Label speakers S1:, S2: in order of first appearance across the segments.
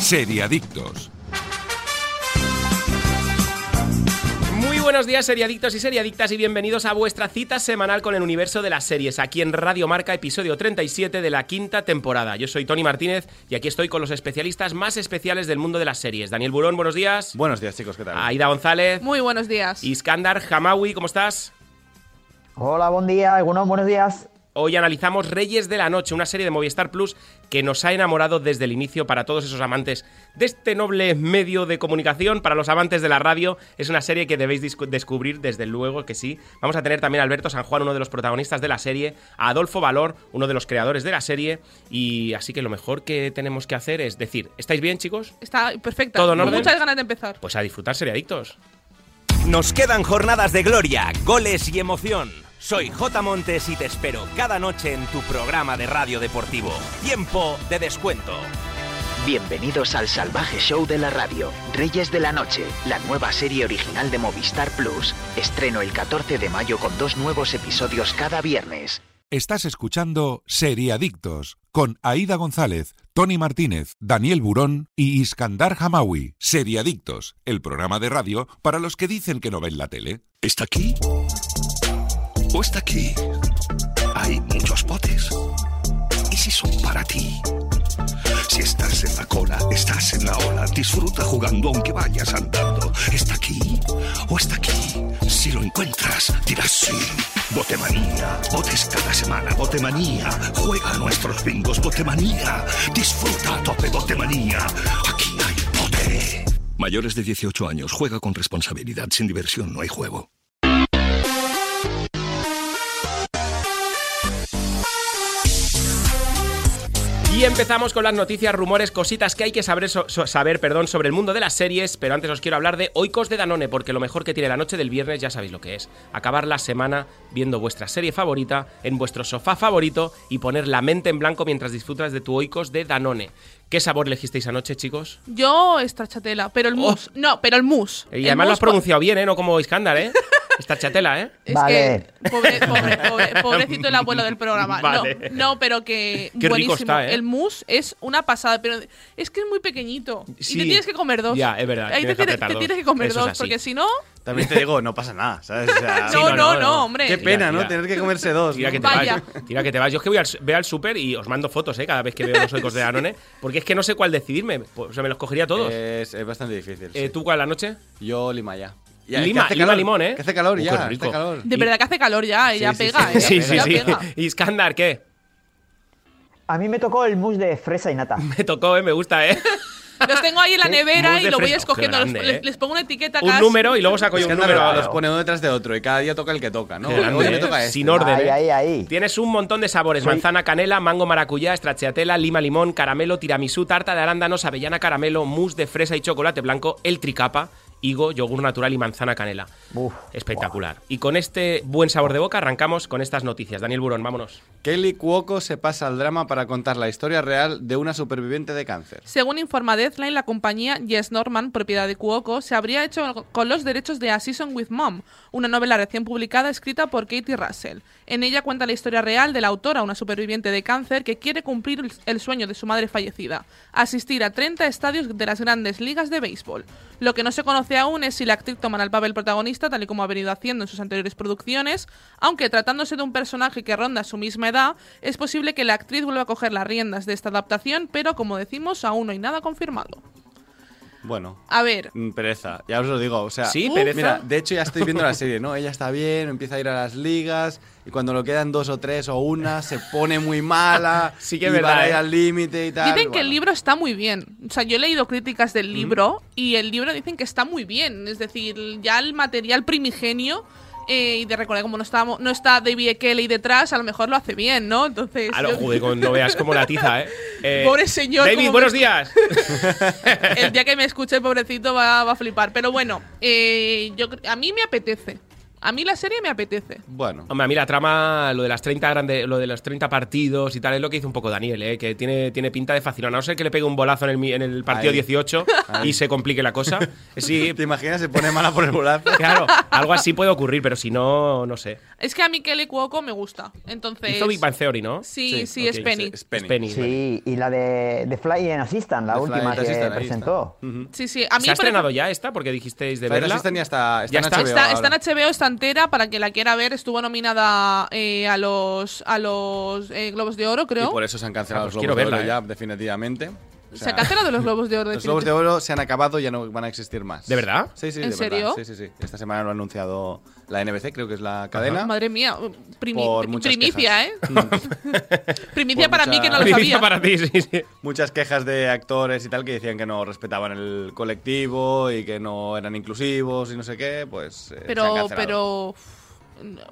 S1: Seriadictos.
S2: Muy buenos días, seriadictos y seriadictas, y bienvenidos a vuestra cita semanal con el universo de las series, aquí en Radio Marca, episodio 37 de la quinta temporada. Yo soy Tony Martínez y aquí estoy con los especialistas más especiales del mundo de las series. Daniel Burón, buenos días.
S3: Buenos días, chicos, ¿qué tal?
S2: Aida González.
S4: Muy buenos días.
S2: Iskandar Hamawi, ¿cómo estás?
S5: Hola, buen día, algunos buenos días.
S2: Hoy analizamos Reyes de la Noche, una serie de Movistar Plus que nos ha enamorado desde el inicio para todos esos amantes de este noble medio de comunicación, para los amantes de la radio. Es una serie que debéis discu- descubrir, desde luego que sí. Vamos a tener también a Alberto San Juan, uno de los protagonistas de la serie, a Adolfo Valor, uno de los creadores de la serie. Y así que lo mejor que tenemos que hacer es decir, ¿estáis bien, chicos?
S4: Está perfecta.
S2: Todo en
S4: Con
S2: orden.
S4: muchas ganas de empezar.
S2: Pues a disfrutar, seriadictos.
S6: Nos quedan jornadas de gloria, goles y emoción. Soy J Montes y te espero cada noche en tu programa de radio deportivo. Tiempo de descuento.
S7: Bienvenidos al salvaje show de la radio, Reyes de la Noche, la nueva serie original de Movistar Plus. Estreno el 14 de mayo con dos nuevos episodios cada viernes.
S1: Estás escuchando Seriadictos con Aida González, Tony Martínez, Daniel Burón y Iskandar Hamawi. Seriadictos, el programa de radio para los que dicen que no ven la tele.
S8: ¿Está aquí? ¿O está aquí? Hay muchos potes. ¿Y si son para ti? Si estás en la cola, estás en la ola, disfruta jugando aunque vayas andando. ¿Está aquí? ¿O está aquí? Si lo encuentras, dirás sí. Botemanía, botes cada semana, botemanía. Juega a nuestros bingos, botemanía. Disfruta a tope, botemanía. Aquí hay bote. Mayores de 18 años, juega con responsabilidad. Sin diversión no hay juego.
S2: Y empezamos con las noticias, rumores, cositas que hay que saber, so- so- saber perdón, sobre el mundo de las series, pero antes os quiero hablar de Oikos de Danone, porque lo mejor que tiene la noche del viernes ya sabéis lo que es. Acabar la semana viendo vuestra serie favorita en vuestro sofá favorito y poner la mente en blanco mientras disfrutas de tu Oikos de Danone. ¿Qué sabor elegisteis anoche, chicos?
S4: Yo esta chatela, pero el mousse. No, pero el mousse.
S2: Oh. Y
S4: El
S2: además lo has
S4: mousse, po-
S2: pronunciado bien, ¿eh? No como Iskandar, ¿eh? Esta chatela, ¿eh?
S4: Es
S5: Vale.
S4: que pobre, pobre, pobre- pobrecito el abuelo del programa.
S2: Vale.
S4: No, no, pero que
S2: Qué rico
S4: buenísimo.
S2: está, ¿eh?
S4: El mousse es una pasada, pero es que es muy pequeñito.
S2: Sí.
S4: Y te tienes que comer dos.
S2: Ya, es verdad,
S4: Ahí te,
S2: tienes que
S4: tienes-
S2: apretar
S4: te
S2: dos.
S4: tienes que comer
S2: Eso es
S4: dos,
S2: así.
S4: porque si no,
S3: También te digo, no pasa nada, ¿sabes? O sea,
S4: No, no, no, hombre.
S3: Qué pena,
S2: Tira,
S3: ¿no?
S2: tira.
S3: Tener que comerse dos.
S2: Tira que te
S4: Vaya.
S2: vas. Tira que te vas. Yo es que voy al, veo al súper y os mando fotos, ¿eh? Cada vez que veo los oicos de Danone, porque es que no sé cuál decidirme. Pues, o sea, me los cogería todos.
S3: Es, es bastante difícil.
S2: Eh,
S3: Eh, sí.
S2: ¿Tú cuál la noche?
S3: Yo lima ya.
S2: Lima,
S3: que hace
S2: lima
S3: calor,
S2: limón, ¿eh?
S3: Que hace calor
S2: Uh,
S3: ya,
S2: qué
S3: hace
S2: rico.
S3: calor.
S4: de verdad que hace calor ya, y ya
S3: Sí, sí,
S4: pega.
S3: sí,
S4: ¿eh?
S3: sí,
S4: Ya
S3: sí,
S4: pega.
S2: Iskandar, ¿qué?
S5: A mí me tocó el mousse de fresa y nata.
S2: Me tocó, ¿eh? Me gusta, ¿eh?
S4: Los tengo ahí en la nevera
S2: mousse de
S4: y lo voy
S2: fresa.
S4: escogiendo.
S2: Qué
S4: los-
S2: grande,
S4: les,
S2: ¿eh?
S4: les pongo una etiqueta.
S2: Un
S4: cas-
S2: número y luego saco
S3: Es
S2: yo
S3: que
S2: un
S3: anda, pero los
S2: número.
S3: pone uno detrás de otro y cada día toca el que toca, ¿no?
S2: Qué grande,
S3: Hoy me
S2: ¿eh?
S3: toca este.
S2: Sin orden,
S5: Ahí,
S2: ¿eh?
S5: ahí, ahí.
S2: Tienes un montón de sabores: manzana, canela, mango, maracuyá, estracheatela, lima, limón, caramelo, tiramisú, tarta de arándanos, avellana, caramelo, mousse de fresa y chocolate blanco, el tricapa, higo, yogur natural y manzana canela.
S5: Uf,
S2: Espectacular. Y con este buen sabor de boca arrancamos con estas noticias. Daniel Burón, vámonos.
S3: Kelly Cuoco se pasa al drama para contar la historia real de una superviviente de cáncer.
S4: Según informa Deadline, la compañía Yes Norman, propiedad de Cuoco, se habría hecho con los derechos de A Season with Mom, una novela recién publicada escrita por Katie Russell. En ella cuenta la historia real de la autora, una superviviente de cáncer que quiere cumplir el- el sueño de su madre fallecida, asistir a 30 estadios de las grandes ligas de béisbol. Lo que no se conoce aún es si la actriz tomará el papel protagonista, tal y como ha venido haciendo en sus anteriores producciones, aunque tratándose de un personaje que ronda su misma edad, es posible que la actriz vuelva a coger las riendas de esta adaptación, pero como decimos, aún no hay nada confirmado.
S3: Bueno,
S4: A ver,
S3: Mm, Pereza, ya os lo digo, o sea,
S2: Sí, pereza.
S3: mira, de hecho ya estoy viendo la serie, ¿no? Ella está bien, empieza a ir a las ligas y cuando lo quedan dos o tres o una se pone muy mala,
S2: Sí que
S3: y
S2: es verdad,
S3: va ahí
S2: ¿eh?
S3: al límite y tal.
S4: dicen que
S3: bueno.
S4: el libro está muy bien. O sea, yo he leído críticas
S2: Mm.
S4: del libro y el libro dicen que está muy bien. Es decir, ya el material primigenio, eh, y de recordar como no, estábamos, no está David Kelly detrás, a lo mejor lo hace bien, ¿no? Entonces...
S2: A lo
S4: yo-
S2: joder, con- no veas cómo la tiza, ¿eh? Eh,
S4: Pobre señor,
S2: David,
S4: cómo
S2: buenos
S4: me-
S2: días.
S4: el día que me escuche el pobrecito va, va a flipar. Pero bueno, eh, yo, cre- a mí me apetece. A mí la serie me apetece.
S3: Bueno.
S2: Hombre, a mí la trama, lo de las 30 grande, lo de los 30 partidos y tal, es lo que hizo un poco Daniel, ¿eh? que tiene, tiene pinta de fascinar. A no ser que le pegue un bolazo en el, mi- en el partido
S3: Ahí.
S2: 18 y se complique la cosa. Sí,
S3: ¿Te imaginas? Se pone mala por el bolazo.
S2: claro, algo así puede ocurrir, pero si no, no sé.
S4: Es que a mí Kelly Cuoco me gusta. Entonces.
S2: Hizo Big Bang Theory, ¿no?
S4: Sí, sí,
S3: Sí,
S4: Pues es
S2: ok,
S4: Penny.
S3: Es
S2: Penny.
S3: Penny.
S2: vale.
S5: Sí, y la de, de Fly and Assistant, la
S3: The
S5: última
S3: Flight
S5: que
S3: Assistant, ahí
S5: presentó.
S3: está. Mm, Ujú.
S4: Sí, sí. A mí
S2: ¿Se ha
S4: por
S2: estrenado ya esta? Porque dijisteis de
S3: Flight
S2: verla.
S3: Assistant ya está,
S2: Ya
S3: está,
S2: está.
S3: en HBO
S4: Está, está
S3: ahora.
S4: en HBO, está entera, para que la quiera ver. Estuvo nominada eh, a los, a los eh, Globos de Oro,
S3: Y
S4: creo.
S3: por eso se han cancelado
S2: Ah, pues
S3: los
S2: quiero
S3: Globos de Oro
S2: verla,
S3: ya, definitivamente. O
S4: Se
S3: sea,
S4: ha cancelado los Globos de Oro.
S3: Los Globos de Oro se han acabado, ya no van a existir más.
S2: ¿De verdad?
S3: Sí, sí,
S4: ¿En
S3: de
S4: serio?
S3: verdad. Sí, sí, sí. Esta semana lo ha anunciado la NBC, creo que es la cadena.
S4: Madre mía, primi-
S3: Por muchas
S4: primicia,
S3: quejas. Mm.
S4: ¿eh? Primicia
S3: Por
S4: para mí
S3: mucha-
S4: que no lo
S2: Primicia
S4: sabía.
S2: para ti, sí, sí.
S3: Muchas quejas de actores y tal que decían que no respetaban el colectivo y que no eran inclusivos y no sé qué, pues. eh, se han
S4: Pero,
S3: cancelado.
S4: pero.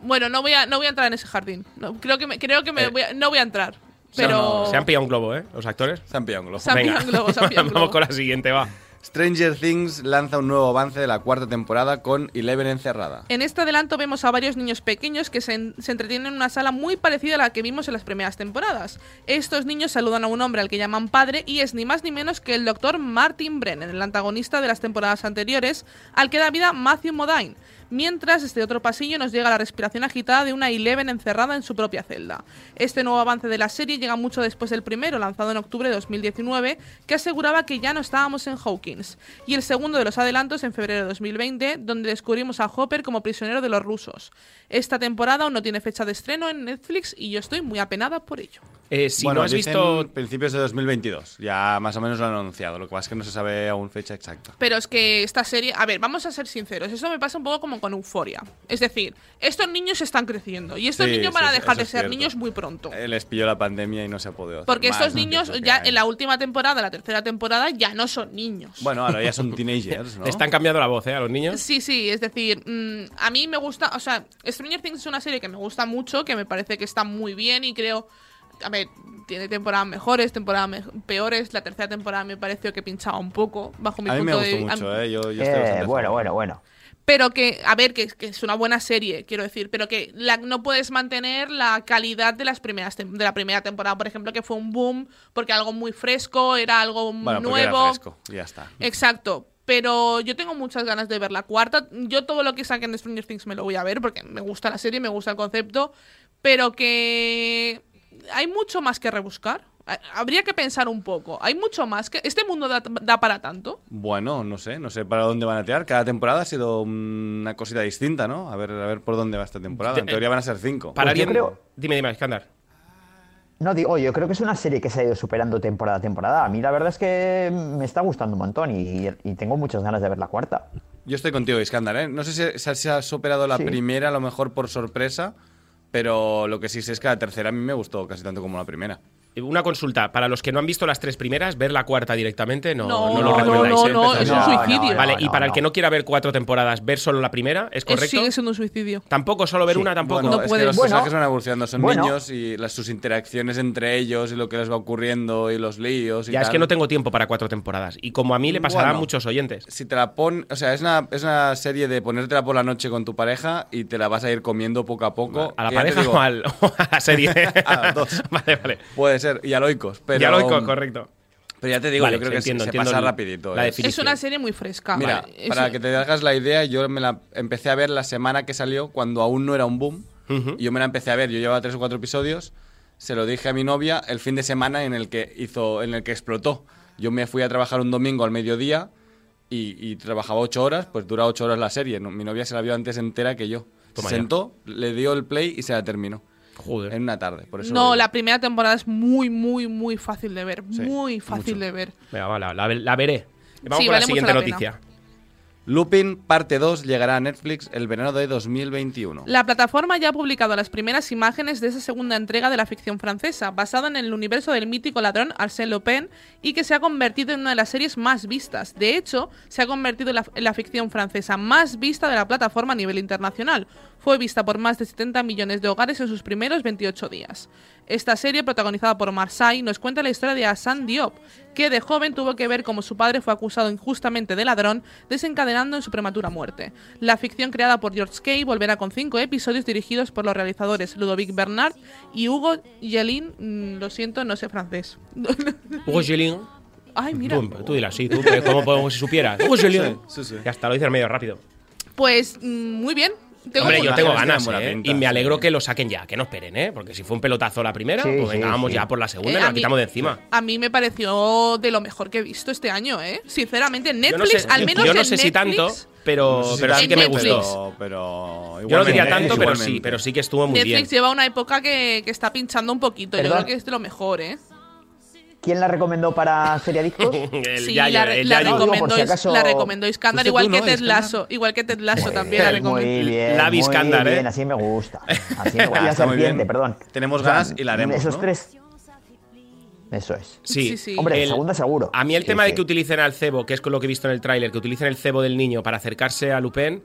S4: Bueno, no voy a, no voy a entrar en ese jardín. No, creo que me, creo que me
S3: Eh.
S4: voy a- no voy a entrar.
S3: No,
S4: Pero.
S3: no,
S2: Se han pillado un globo, ¿eh? Los actores.
S3: Se han pillado un globo.
S4: Se han
S2: Venga.
S4: pillado un globo, se han pillado un
S2: Vamos
S4: globo.
S2: con la siguiente, va.
S3: Stranger Things lanza un nuevo avance de la cuarta temporada con Eleven encerrada.
S4: En este adelanto vemos a varios niños pequeños que se, en- se entretienen en una sala muy parecida a la que vimos en las primeras temporadas. Estos niños saludan a un hombre al que llaman padre y es ni más ni menos que el doctor Martin Brennan, el antagonista de las temporadas anteriores, al que da vida Matthew Modine. Mientras, este otro pasillo nos llega la respiración agitada de una Eleven encerrada en su propia celda. Este nuevo avance de la serie llega mucho después del primero, lanzado en octubre de 2019, que aseguraba que ya no estábamos en Hawkins. Y el segundo de los adelantos en febrero de 2020, donde descubrimos a Hopper como prisionero de los rusos. Esta temporada aún no tiene fecha de estreno en Netflix y yo estoy muy apenada por ello.
S2: Eh, si
S3: Bueno,
S2: no has
S3: dicen
S2: visto.
S3: Principios de 2022. Ya más o menos lo han anunciado. Lo que pasa es que no se sabe aún fecha exacta.
S4: Pero es que esta serie, a ver, vamos a ser sinceros, eso me pasa un poco como con euforia. Es decir, estos niños están creciendo y estos
S3: Sí,
S4: niños van
S3: sí,
S4: a
S3: sí,
S4: dejar
S3: eso
S4: de
S3: es
S4: ser
S3: cierto.
S4: niños muy pronto.
S3: Eh, les pilló la pandemia y no se ha podido. hacer
S4: Porque
S3: más,
S4: estos
S3: ¿no?
S4: niños,
S3: Que es lo que
S4: ya
S3: hay.
S4: en la última temporada, la tercera temporada, ya no son niños.
S3: Bueno, ahora ya son teenagers, ¿no?
S2: Le están cambiando la voz, ¿eh? A los niños.
S4: Sí, sí, es decir, mm, a mí me gusta, o sea, Stranger Things es una serie que me gusta mucho, que me parece que está muy bien y creo, a ver, tiene temporadas mejores, temporadas me- peores, la tercera temporada me pareció que pinchaba un poco, bajo mi
S3: a mí me
S4: punto de
S3: gustó
S4: vista.
S3: mucho, ¿eh? Yo, yo
S5: Eh,
S3: estoy bastante
S5: bueno,
S3: fan.
S5: bueno, bueno.
S4: Pero que, a ver, que, que es una buena serie, quiero decir, pero que la- no puedes mantener la calidad de las primeras tem- de la primera temporada, por ejemplo, que fue un boom, porque algo muy fresco, era algo
S3: Bueno, porque era
S4: nuevo.
S3: fresco, y ya está.
S4: Exacto. Pero yo tengo muchas ganas de ver la cuarta. Yo todo lo que saquen de Stranger Things me lo voy a ver porque me gusta la serie, me gusta el concepto. Pero que hay mucho más que rebuscar. Ha- Habría que pensar un poco. Hay mucho más que... Este mundo da, da para tanto.
S3: Bueno, no sé, no sé para dónde van a tirar. Cada temporada ha sido una cosita distinta, ¿no? A ver, a ver por dónde va esta temporada. En
S2: Eh,
S3: teoría van a ser cinco.
S2: Para
S5: Pues yo
S2: alguien.
S5: creo-
S2: Dime, dime, Iskandar.
S5: No, digo, yo creo que es una serie que se ha ido superando temporada a temporada. A mí la verdad es que me está gustando un montón y, y tengo muchas ganas de ver la cuarta.
S3: Yo estoy contigo, Iskandar, ¿eh? No sé si se, se ha superado la
S5: Sí.
S3: primera, a lo mejor por sorpresa, pero lo que sí sé es que la tercera a mí me gustó casi tanto como la primera.
S2: Una consulta. Para los que no han visto las tres primeras, ver la cuarta directamente no, no,
S4: No,
S2: lo
S5: no,
S2: recomendáis.
S4: no,
S2: ¿eh?
S4: no,
S2: Empezáis
S4: es un
S2: a-
S4: suicidio. No,
S2: Vale, y
S5: no,
S2: para el
S5: no.
S2: que no quiera ver cuatro temporadas, ver solo la primera, ¿es
S4: Es-
S2: correcto?
S4: sigue siendo un suicidio.
S2: Tampoco solo ver
S5: Sí.
S2: una, tampoco.
S3: Bueno,
S4: No
S3: es
S4: puedes-
S3: que los
S5: Bueno.
S3: personajes van evolucionando, son
S5: Bueno.
S3: niños y las, sus interacciones entre ellos y lo que les va ocurriendo y los líos y
S2: ya es
S3: tal.
S2: que no tengo tiempo para cuatro temporadas. Y como a mí le pasará a
S3: Bueno.
S2: muchos oyentes.
S3: si te la pon, o sea, es una, es una serie de ponértela por la noche con tu pareja y te la vas a ir comiendo poco a poco.
S2: ¿A la
S3: Que ya te
S2: pareja
S3: digo,
S2: o, al- o a la serie?
S3: A las dos.
S2: Vale, vale.
S3: Puede ser, y a loicos, pero um,
S2: ya lo oigo, correcto.
S3: Pero ya te digo,
S2: Vale,
S3: yo creo que
S2: entiendo,
S3: se, se
S2: entiendo
S3: pasa
S2: el-
S3: rapidito.
S2: la
S3: eh.
S2: definición.
S4: Es una serie muy fresca.
S3: Mira,
S4: Ah, Vale, es-
S3: para que te hagas la idea, yo me la empecé a ver la semana que salió cuando aún no era un boom.
S2: Ujú.
S3: Y yo me la empecé a ver, yo llevaba tres o cuatro episodios, se lo dije a mi novia el fin de semana en el que hizo en el que explotó. Yo me fui a trabajar un domingo al mediodía y, y trabajaba ocho horas, pues dura ocho horas la serie. No, Mi novia se la vio antes entera que yo.
S2: Toma
S3: se
S2: ya.
S3: sentó, le dio el play y se la terminó.
S2: Joder.
S3: En una tarde, por eso. lo
S4: No,
S3: digo.
S4: la primera temporada es muy, muy, muy fácil de ver.
S3: Sí,
S4: muy fácil de ver.
S2: Venga, va, la, la- la veré. Vamos
S4: Sí, vale
S2: con la
S4: mucho la
S2: siguiente noticia.
S3: Lupin parte 2 llegará a Netflix el verano de 2021.
S4: La plataforma ya ha publicado las primeras imágenes de esa segunda entrega de la ficción francesa, basada en el universo del mítico ladrón Arsène Lupin y que se ha convertido en una de las series más vistas. De hecho, se ha convertido en la, en la ficción francesa más vista de la plataforma a nivel internacional. Fue vista por más de 70 millones de hogares en sus primeros 28 días. Esta serie, protagonizada por Marsai, nos cuenta la historia de Hassan Diop, que de joven tuvo que ver cómo su padre fue acusado injustamente de ladrón, desencadenando en su prematura muerte. La ficción creada por George Kay volverá con cinco episodios dirigidos por los realizadores Ludovic Bernard y Hugo Yelin. mm, Lo siento, no sé francés.
S2: Hugo Gelin.
S4: Ay, mira.
S2: Tú, tú dile así, tú, que como podemos si supieras. Hugo Gelin.
S3: Sí, sí.
S2: Ya está, lo dices medio rápido.
S4: Pues mm, muy bien. Tengo
S2: Hombre,
S4: mu-
S2: yo
S3: ganas,
S2: tengo
S3: tiene
S2: ganas,
S3: buena
S2: ¿eh?
S3: pinta,
S2: Y me
S3: sí.
S2: alegro que lo saquen ya, que no esperen, ¿eh? Porque si fue un pelotazo la primera,
S5: Sí,
S2: pues venga,
S5: sí,
S2: vamos
S5: sí.
S2: ya por la segunda
S4: Eh,
S2: y nos
S4: a
S2: la
S4: mí-
S2: quitamos de encima.
S4: A mí me pareció de lo mejor que he visto este año, ¿eh? Sinceramente,
S2: Yo
S4: Netflix,
S2: no sé,
S4: al menos
S2: yo no
S4: en
S2: sé si tanto,
S4: Netflix-
S2: pero,
S3: No sé si
S2: pero
S4: tanto,
S2: sí que me
S4: Netflix.
S2: gustó.
S3: Pero, pero
S2: Yo no diría
S3: igualmente,
S2: tanto, pero sí,
S3: igualmente.
S2: pero sí que estuvo muy
S4: Netflix
S2: bien.
S4: lleva una época que, que está pinchando un poquito. Yo
S5: Perdón.
S4: creo que es de lo mejor, ¿eh?
S5: ¿Quién la recomendó para Seriadictos?
S2: El
S4: sí,
S2: Yayo,
S4: la, re-
S2: el
S4: la
S2: Yayo.
S5: No, digo, por si
S4: recomendó, es-
S5: acaso-
S4: la recomendó Iskandar,
S3: Fuiste
S4: igual
S3: tú,
S4: que
S3: ¿no,
S4: Ted
S3: Iskandar?
S4: Lazo. Igual que Ted Lazo
S2: Pues
S4: también la recomendó.
S5: Muy bien.
S2: La Vizcandar,
S5: muy bien,
S2: ¿eh?
S5: así me gusta. Así me gusta.
S3: Ya
S5: La
S3: está muy
S5: serpiente,
S3: bien.
S5: perdón.
S3: Tenemos
S5: O sea,
S3: ganas y la haremos,
S5: Esos
S3: ¿no?
S5: tres. Eso es.
S2: Sí,
S4: Sí, sí.
S5: Hombre,
S2: El-
S5: segunda seguro.
S2: A mí el
S5: Sí,
S2: tema de
S5: sí.
S2: que utilicen al cebo, que es con lo que he visto en el tráiler, que utilicen el cebo del niño para acercarse a Lupin,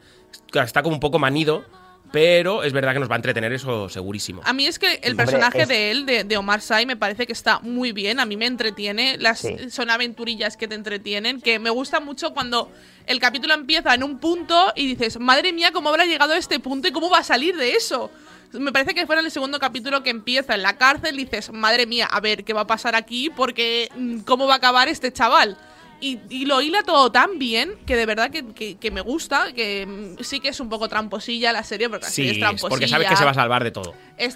S2: está como un poco manido, pero es verdad que nos va a entretener eso segurísimo.
S4: A mí es que el
S5: Hombre,
S4: personaje
S5: es-
S4: de él, de, de Omar Sai, me parece que está muy bien. A mí me entretiene. Las,
S5: Sí.
S4: Son aventurillas que te entretienen. Que me gusta mucho cuando el capítulo empieza en un punto y dices, madre mía, ¿cómo habrá llegado a este punto y cómo va a salir de eso? Me parece que fuera el segundo capítulo que empieza en la cárcel. Dices, madre mía, a ver qué va a pasar aquí porque mm, cómo va a acabar este chaval. Y, y lo hila todo tan bien que de verdad que, que- que me gusta. Que mm, sí que es un poco tramposilla la serie porque la serie
S2: Sí,
S4: es tramposilla.
S2: porque sabes que se va a salvar de todo.
S4: Es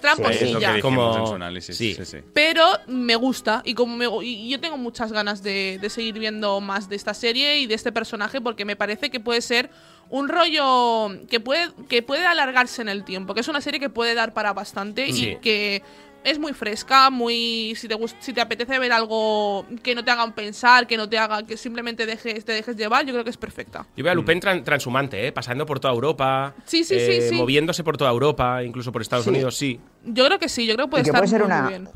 S5: Pues sí,
S3: es lo que
S4: tramposilla.
S3: dijimos
S2: Como-
S3: en su análisis.
S2: sí.
S3: Sí, sí, sí.
S4: Pero me gusta y como me, gu- y yo tengo muchas ganas de, de seguir viendo más de esta serie y de este personaje porque me parece que puede ser un rollo que puede, que puede alargarse en el tiempo, que es una serie que puede dar para bastante
S2: Sí.
S4: y que es muy fresca, muy si te gust- si te apetece ver algo que no te hagan pensar, que no te haga que simplemente dejes te dejes llevar, yo creo que es perfecta.
S2: Yo veo a
S3: Mm.
S2: Lupin tran- transhumante, ¿eh? pasando por toda Europa,
S4: Sí, sí, sí,
S2: eh,
S4: sí.
S2: moviéndose por toda Europa, incluso por Estados
S5: Sí.
S2: Unidos, sí.
S4: Yo creo que sí, yo creo que puede
S5: Y que
S4: estar
S5: puede ser
S4: muy, muy
S5: una-
S4: bien.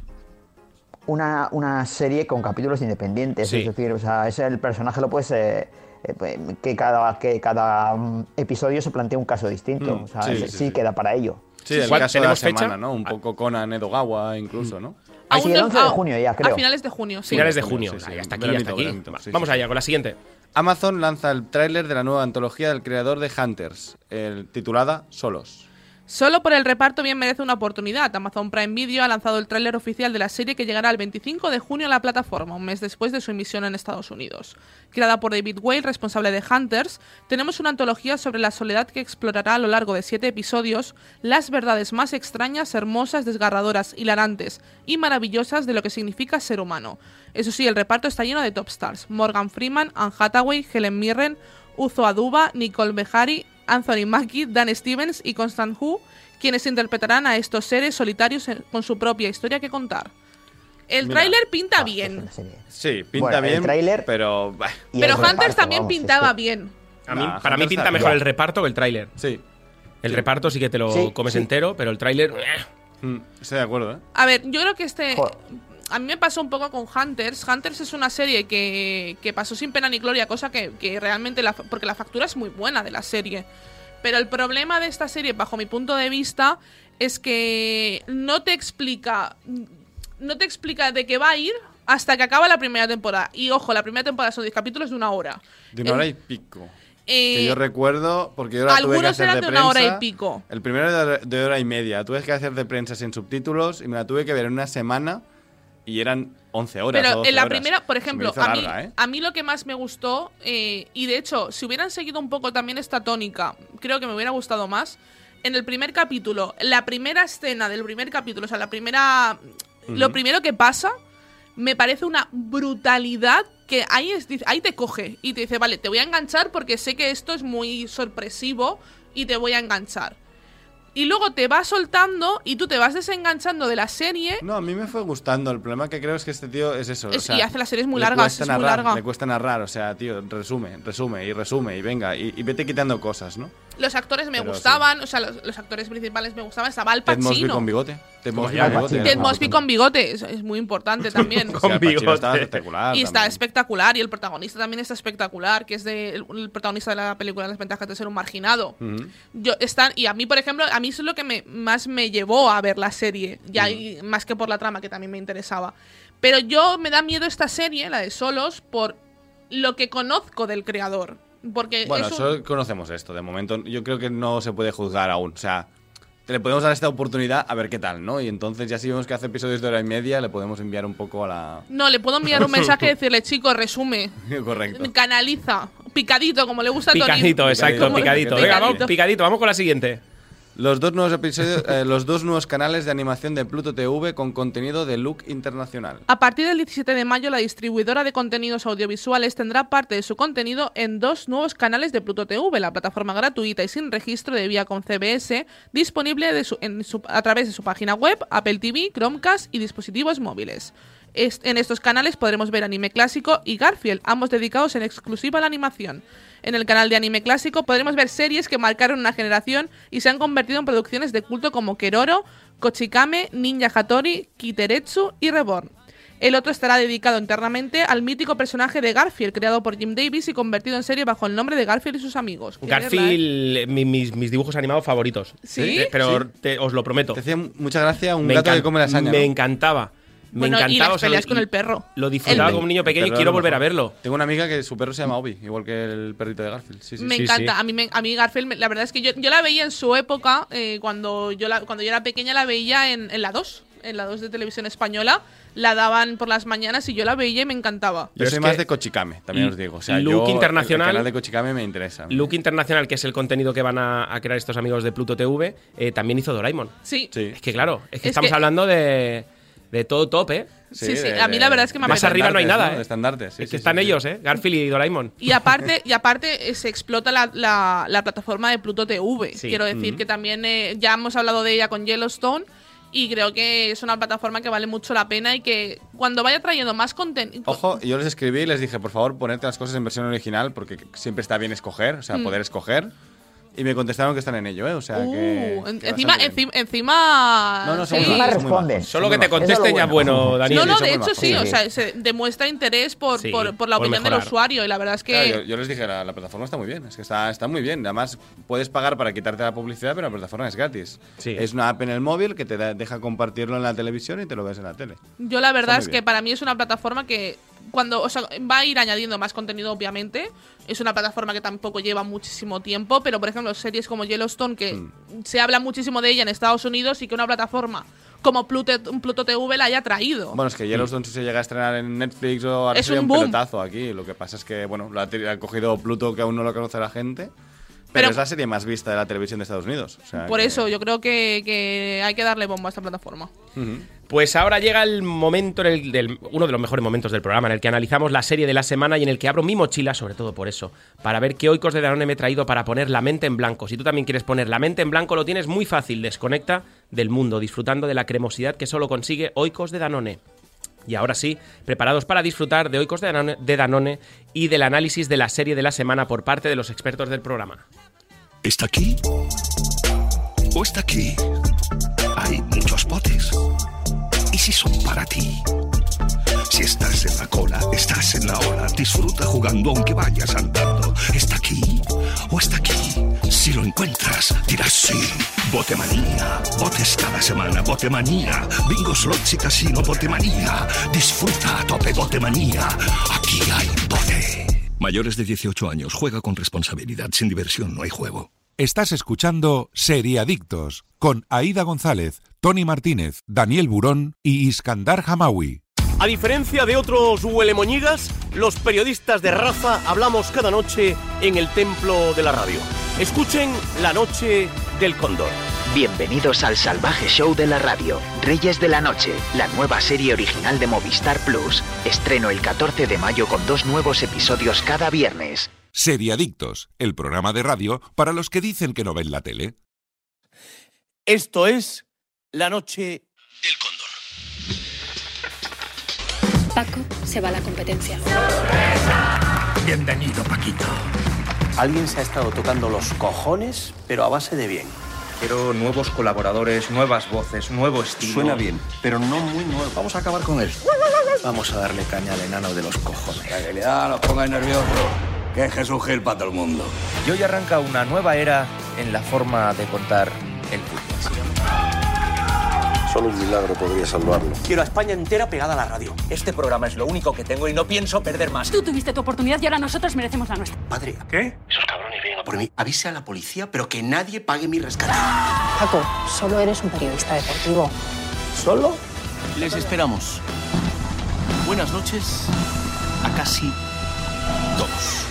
S5: una, una serie con capítulos independientes.
S2: Sí.
S5: Es decir, o sea, ese, el personaje lo puedes. eh, eh, pues, que cada, que cada mm, episodio se plantea un caso distinto.
S3: Mm,
S5: o sea,
S3: sí,
S5: ese-
S3: sí,
S5: sí,
S3: sí.
S5: queda para ello.
S3: Sí, el
S2: ¿Cuál-
S3: caso de la
S2: tenemos fecha? Ah. Mm.
S3: semana, ¿no? Un poco Conan Edogawa incluso, ¿no?
S5: Así
S4: Aún
S5: el
S4: no-
S5: 11 de
S4: ah,
S5: junio ya, creo.
S4: A finales de junio, sí.
S2: Finales de
S3: junio,
S2: junio, o
S3: sí,
S2: sea,
S3: sí.
S2: ya está aquí,
S3: Veranito,
S2: ya está aquí.
S3: veranito,
S2: Va-
S3: sí, sí,
S2: Vamos
S3: sí.
S2: allá con la siguiente.
S3: Amazon lanza el tráiler de la nueva antología del creador de Hunters, el, titulada Solos.
S4: Solo por el reparto bien merece una oportunidad. Amazon Prime Video ha lanzado el tráiler oficial de la serie que llegará el 25 de junio a la plataforma, un mes después de su emisión en Estados Unidos. Creada por David Whale, responsable de Hunters, tenemos una antología sobre la soledad que explorará a lo largo de siete episodios las verdades más extrañas, hermosas, desgarradoras, hilarantes y maravillosas de lo que significa ser humano. Eso sí, el reparto está lleno de top stars. Morgan Freeman, Anne Hathaway, Helen Mirren, Uzo Aduba, Nicole Behari, Anthony Mackie, Dan Stevens y Constant Hu, quienes interpretarán a estos seres solitarios en- con su propia historia que contar. El
S3: Mira.
S4: tráiler pinta
S5: Es
S4: bien,
S5: una serie.
S3: Sí,
S5: Bueno,
S3: pinta
S5: el
S3: bien,
S5: tráiler-
S3: pero... bah,
S5: Y
S4: pero
S5: el
S4: Hunters
S5: reparto,
S4: también
S5: vamos, es
S4: pintaba
S5: que-
S4: bien.
S2: A mí,
S3: Nah,
S2: para mí
S3: Hunter
S2: pinta
S3: está
S2: mejor
S5: bien.
S2: el reparto que el tráiler.
S3: sí,
S2: El reparto sí que te lo
S5: Sí,
S2: comes
S5: sí.
S2: entero, pero el tráiler... eh,
S3: mm, estoy de acuerdo, ¿eh?
S4: A ver, yo creo que este.
S5: Joder.
S4: A mí me pasó un poco con Hunters. Hunters es una serie que, que pasó sin pena ni gloria, cosa que, que realmente. La, porque la factura es muy buena de la serie. Pero el problema de esta serie, bajo mi punto de vista, es que no te explica. No te explica de qué va a ir hasta que acaba la primera temporada. Y ojo, la primera temporada son 10 capítulos de una hora.
S3: De una hora y
S4: Eh,
S3: pico.
S4: eh,
S3: que yo recuerdo, porque yo la tuve que
S4: algunos
S3: hacer
S4: eran
S3: de,
S4: de una hora y
S3: prensa.
S4: pico.
S3: El primero era de, de hora y media. Tuve que hacer de prensa sin subtítulos y me la tuve que ver en una semana y eran 11 horas. o
S4: Pero
S3: 12
S4: en la
S3: horas.
S4: primera, por
S3: Se me
S4: ejemplo,
S3: hizo
S4: a mí,
S3: larga, ¿eh?
S4: a mí lo que más me gustó, eh, y de hecho, si hubieran seguido un poco también esta tónica, creo que me hubiera gustado más. En el primer capítulo, la primera escena del primer capítulo, o sea, la primera. Lo primero que pasa, me parece una brutalidad que ahí, es, dice- ahí te coge y te dice, vale, te voy a enganchar porque sé que esto es muy sorpresivo y te voy a enganchar. Y luego te va soltando y tú te vas desenganchando de la serie
S3: No, a mí me fue gustando. El problema que creo es que este tío es eso.
S4: Es-
S3: o sea,
S4: y hace las series muy
S3: le
S4: largas,
S3: cuesta
S4: es muy
S3: narrar,
S4: larga.
S3: Le cuesta narrar, o sea, tío, resume, resume y resume y venga, y, y vete quitando cosas, ¿no?
S4: Los actores me
S3: Pero
S4: gustaban, o sea, los, los actores principales me gustaban. Estaba Al
S3: Ted Mosby
S4: Pacino.
S3: con bigote. Ted Mosby con
S2: ya,
S5: Al
S3: bigote.
S5: Pacino.
S3: era
S4: Ted
S5: Con-
S3: guapo.
S4: Mosby con bigote es, es muy importante también.
S3: Sí, Al Pacino
S2: bigote.
S3: estaba espectacular.
S4: Y está
S3: también.
S4: espectacular, y el protagonista también está espectacular, que es de- el, el protagonista de la película Las ventajas de ser un marginado.
S3: Ujú.
S4: Yo, están, y a mí, por ejemplo, a mí eso es lo que me, más me llevó a ver la serie, ya
S3: Mm.
S4: y más que por la trama, que también me interesaba. Pero yo me da miedo esta serie, la de Solos, por lo que conozco del creador. Porque
S3: Bueno,
S4: es un-
S3: solo conocemos esto. De momento, yo creo que no se puede juzgar aún. O sea, le podemos dar esta oportunidad a ver qué tal, ¿no? Y entonces, ya si vemos que hace episodios de hora y media, le podemos enviar un poco a la.
S4: No, le puedo enviar un mensaje y decirle, chico, resume,
S3: Correcto.
S4: canaliza, picadito, como le gusta a Tony.
S2: Picadito, exacto,
S3: Picadito,
S2: picadito.
S3: picadito.
S2: Venga, vamos,
S4: Picadito.
S2: picadito, vamos con la siguiente.
S3: Los dos nuevos episodios, eh, los dos nuevos canales de animación de Pluto TV con contenido de look internacional.
S4: A partir del 17 de mayo, la distribuidora de contenidos audiovisuales tendrá parte de su contenido en dos nuevos canales de Pluto TV, la plataforma gratuita y sin registro de vía con CBS, disponible de su- en su- a través de su página web, Apple TV, Chromecast y dispositivos móviles. Est- en estos canales podremos ver anime clásico y Garfield, ambos dedicados en exclusiva a la animación. En el canal de anime clásico podremos ver series que marcaron una generación y se han convertido en producciones de culto como Keroro, Kochikame, Ninja Hattori, Kiteretsu y Reborn. El otro estará dedicado internamente al mítico personaje de Garfield, creado por Jim Davis y convertido en serie bajo el nombre de Garfield y sus amigos. Qué mierda, ¿eh?
S2: Garfield, mi- mis, mis dibujos animados favoritos.
S4: ¿Sí?
S2: Te- Pero te- os lo prometo.
S3: Te hacía mucha gracia un gato
S2: encan-
S3: que come lasaña.
S2: me
S3: ¿no?
S2: encantaba. Me
S4: Bueno,
S2: encantaba.
S4: y las
S2: o sea,
S4: peleas
S2: lo-
S4: con el perro.
S2: Lo disfrutaba
S4: El-
S2: como un niño pequeño
S3: El
S2: y
S3: perro
S2: quiero
S3: era
S2: volver a
S3: mejor.
S2: verlo.
S3: Tengo una amiga que su perro se llama Obi, igual que el perrito de Garfield. Sí, sí,
S4: me
S3: sí.
S4: encanta. A, mí me- a mí Garfield, me- la verdad es que yo, yo la veía en su época, eh, cuando, yo la- cuando yo era pequeña la veía en, en la 2, en la 2 de televisión española, la daban por las mañanas y yo la veía y me encantaba.
S3: Yo
S2: Pero
S3: soy
S2: es
S3: más
S2: que
S3: de Kochikame, también os digo. O sea,
S2: Look
S3: yo- el-
S2: internacional-
S3: El canal de Kochikame me interesa.
S2: Look Internacional, que es el contenido que van a, a crear estos amigos de Pluto TV, eh, también hizo Doraemon.
S4: Sí.
S3: Sí.
S2: Es que claro, es que
S4: Es
S2: estamos
S4: que-
S2: hablando de, de todo top, ¿eh?
S4: Sí, sí, a mí la verdad es que me
S2: Más
S4: apetece.
S2: arriba no hay
S3: estandartes,
S2: nada, ¿eh?
S3: De estandartes. sí, sí,
S2: es que están
S3: sí, sí.
S2: ellos, ¿eh? Garfield y Doraemon.
S4: Y aparte, y aparte eh, se explota la, la- la plataforma de Pluto TV.
S2: Sí.
S4: Quiero decir que también eh, ya hemos hablado de ella con Yellowstone y creo que es una plataforma que vale mucho la pena y que cuando vaya trayendo más contenido...
S3: Ojo, yo les escribí y les dije, por favor, ponete las cosas en versión original porque siempre está bien escoger, o sea,
S4: Mm.
S3: poder escoger. Y me contestaron que están en ello, ¿eh? O sea, que. que bastante
S4: Uh, encima,
S3: bien.
S4: encima, encima...
S3: No, no, son
S4: sí.
S3: muy
S5: Encima
S3: majos, muy
S5: responde.
S3: majos.
S2: Solo que
S3: Son muy
S2: te
S3: majos.
S2: contesten ya es bueno,
S4: No,
S2: Daniel.
S4: no, de
S3: son muy
S4: hecho
S3: majos.
S4: sí,
S5: Sí,
S4: o
S5: sí.
S4: sea, se demuestra interés por,
S2: Sí,
S4: por, por la
S2: por
S4: opinión del
S2: mejorar.
S4: usuario y la verdad es que...
S3: Claro, yo, yo les dije, la, la plataforma está muy bien, es que está, está muy bien. Además, puedes pagar para quitarte la publicidad, pero la plataforma es gratis.
S2: Sí.
S3: Es una app en el móvil que te da- deja compartirlo en la televisión y te lo ves en la tele.
S4: Yo la verdad
S3: Está muy
S4: es que
S3: bien.
S4: para mí es una plataforma que cuando o sea, va a ir añadiendo más contenido, obviamente. Es una plataforma que tampoco lleva muchísimo tiempo, pero por ejemplo, series como Yellowstone, que
S3: Mm.
S4: se habla muchísimo de ella en Estados Unidos y que una plataforma como Pluto, Pluto TV la haya traído.
S3: Bueno, es que Yellowstone si se llega a estrenar en Netflix o ahora
S4: Mm. Es
S3: sería
S4: un
S3: un,
S4: boom.
S3: pelotazo aquí. Lo que pasa es que, bueno, lo ha, tri- ha cogido Pluto que aún no lo conoce la gente. Pero,
S4: Pero-
S3: es la serie más vista de la televisión de Estados Unidos. o sea
S4: por
S3: que-
S4: eso yo creo que, que hay que darle bomba a esta plataforma.
S3: Ujú.
S2: Pues ahora llega el momento, en el- del- uno de los mejores momentos del programa, en el que analizamos la serie de la semana y en el que abro mi mochila, sobre todo por eso, para ver qué oicos de Danone me he traído para poner la mente en blanco. Si tú también quieres poner la mente en blanco, lo tienes muy fácil. Desconecta del mundo, disfrutando de la cremosidad que solo consigue oicos de Danone. Y ahora sí, preparados para disfrutar de oicos de Danone, de Danone y del análisis de la serie de la semana por parte de los expertos del programa.
S8: ¿Está aquí? ¿O está aquí? Hay muchos botes. ¿Y si son para ti? Si estás en la cola, estás en la hora, disfruta jugando aunque vayas andando. ¿Está aquí? ¿O está aquí? Si lo encuentras, dirás sí. Bote manía, botes cada semana, bote manía, bingos, lots y casino, bote manía. Disfruta a tope, bote manía. Aquí hay bote. Mayores de 18 años, juega con responsabilidad, sin diversión no hay juego.
S1: Estás escuchando Seriadictos con Aida González, Tony Martínez, Daniel Burón y Iskandar Hamawi.
S9: A diferencia de otros huelemoñigas, los periodistas de raza hablamos cada noche en el templo de la radio. Escuchen La Noche del Cóndor.
S7: Bienvenidos al salvaje show de la radio, Reyes de la Noche, la nueva serie original de Movistar Plus, estreno el 14 de mayo con dos nuevos episodios cada viernes.
S1: Seriadictos, el programa de radio para los que dicen que no ven la tele.
S9: Esto es La Noche del Cóndor.
S10: Paco se va a la competencia.
S8: Bienvenido, Paquito.
S10: Alguien se ha estado tocando los cojones, pero a base de bien.
S11: Quiero nuevos colaboradores, nuevas voces, nuevo estilo.
S10: Suena bien, pero no muy nuevo. Vamos a acabar con él. Vamos a darle caña al enano de los cojones.
S12: Que le da, los pongáis nerviosos. Que es Jesús Gil para todo el mundo.
S11: Y hoy arranca una nueva era en la forma de contar el fútbol.
S13: Solo un milagro podría salvarlo.
S10: Quiero a España entera pegada a la radio.
S14: Este programa es lo único que tengo y no pienso perder más.
S15: Tú tuviste tu oportunidad y ahora nosotros merecemos la nuestra.
S10: Padre,
S14: ¿qué?
S10: Esos cabrones vienen a por mí. Avise a la policía, pero que nadie pague mi rescate.
S16: Paco, solo eres un periodista deportivo.
S10: ¿Solo?
S17: Les esperamos. Buenas noches a casi todos.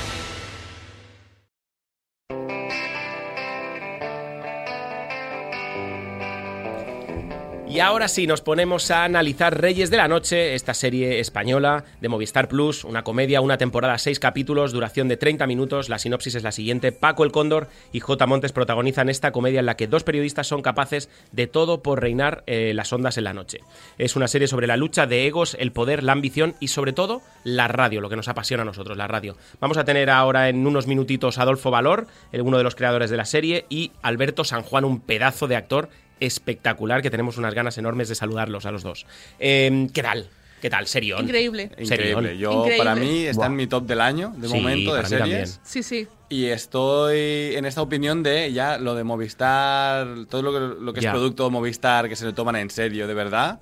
S2: Y ahora sí, nos ponemos a analizar Reyes de la Noche, esta serie española de Movistar Plus, una comedia, una temporada, seis capítulos, duración de 30 minutos. La sinopsis es la siguiente: Paco el Cóndor y J. Montes protagonizan esta comedia en la que dos periodistas son capaces de todo por reinar eh, las ondas en la noche. Es una serie sobre la lucha de egos, el poder, la ambición y, sobre todo, la radio, lo que nos apasiona a nosotros, la radio. Vamos a tener ahora en unos minutitos a Adolfo Valor, eh, uno de los creadores de la serie, y Alberto San Juan, un pedazo de actor espectacular que tenemos unas ganas enormes de saludarlos a los dos. Eh, ¿Qué tal? ¿Qué tal? Serión.
S4: Increíble.
S2: Serión.
S3: Increíble. Yo, Increíble. para mí, está wow. en mi top del año, de
S2: Sí,
S3: momento, de
S2: para mí también.
S3: series.
S4: Sí, sí.
S3: Y estoy en esta opinión de ya lo de Movistar, todo lo que, lo que
S2: Ya.
S3: es producto de Movistar, que se lo toman en serio, de verdad,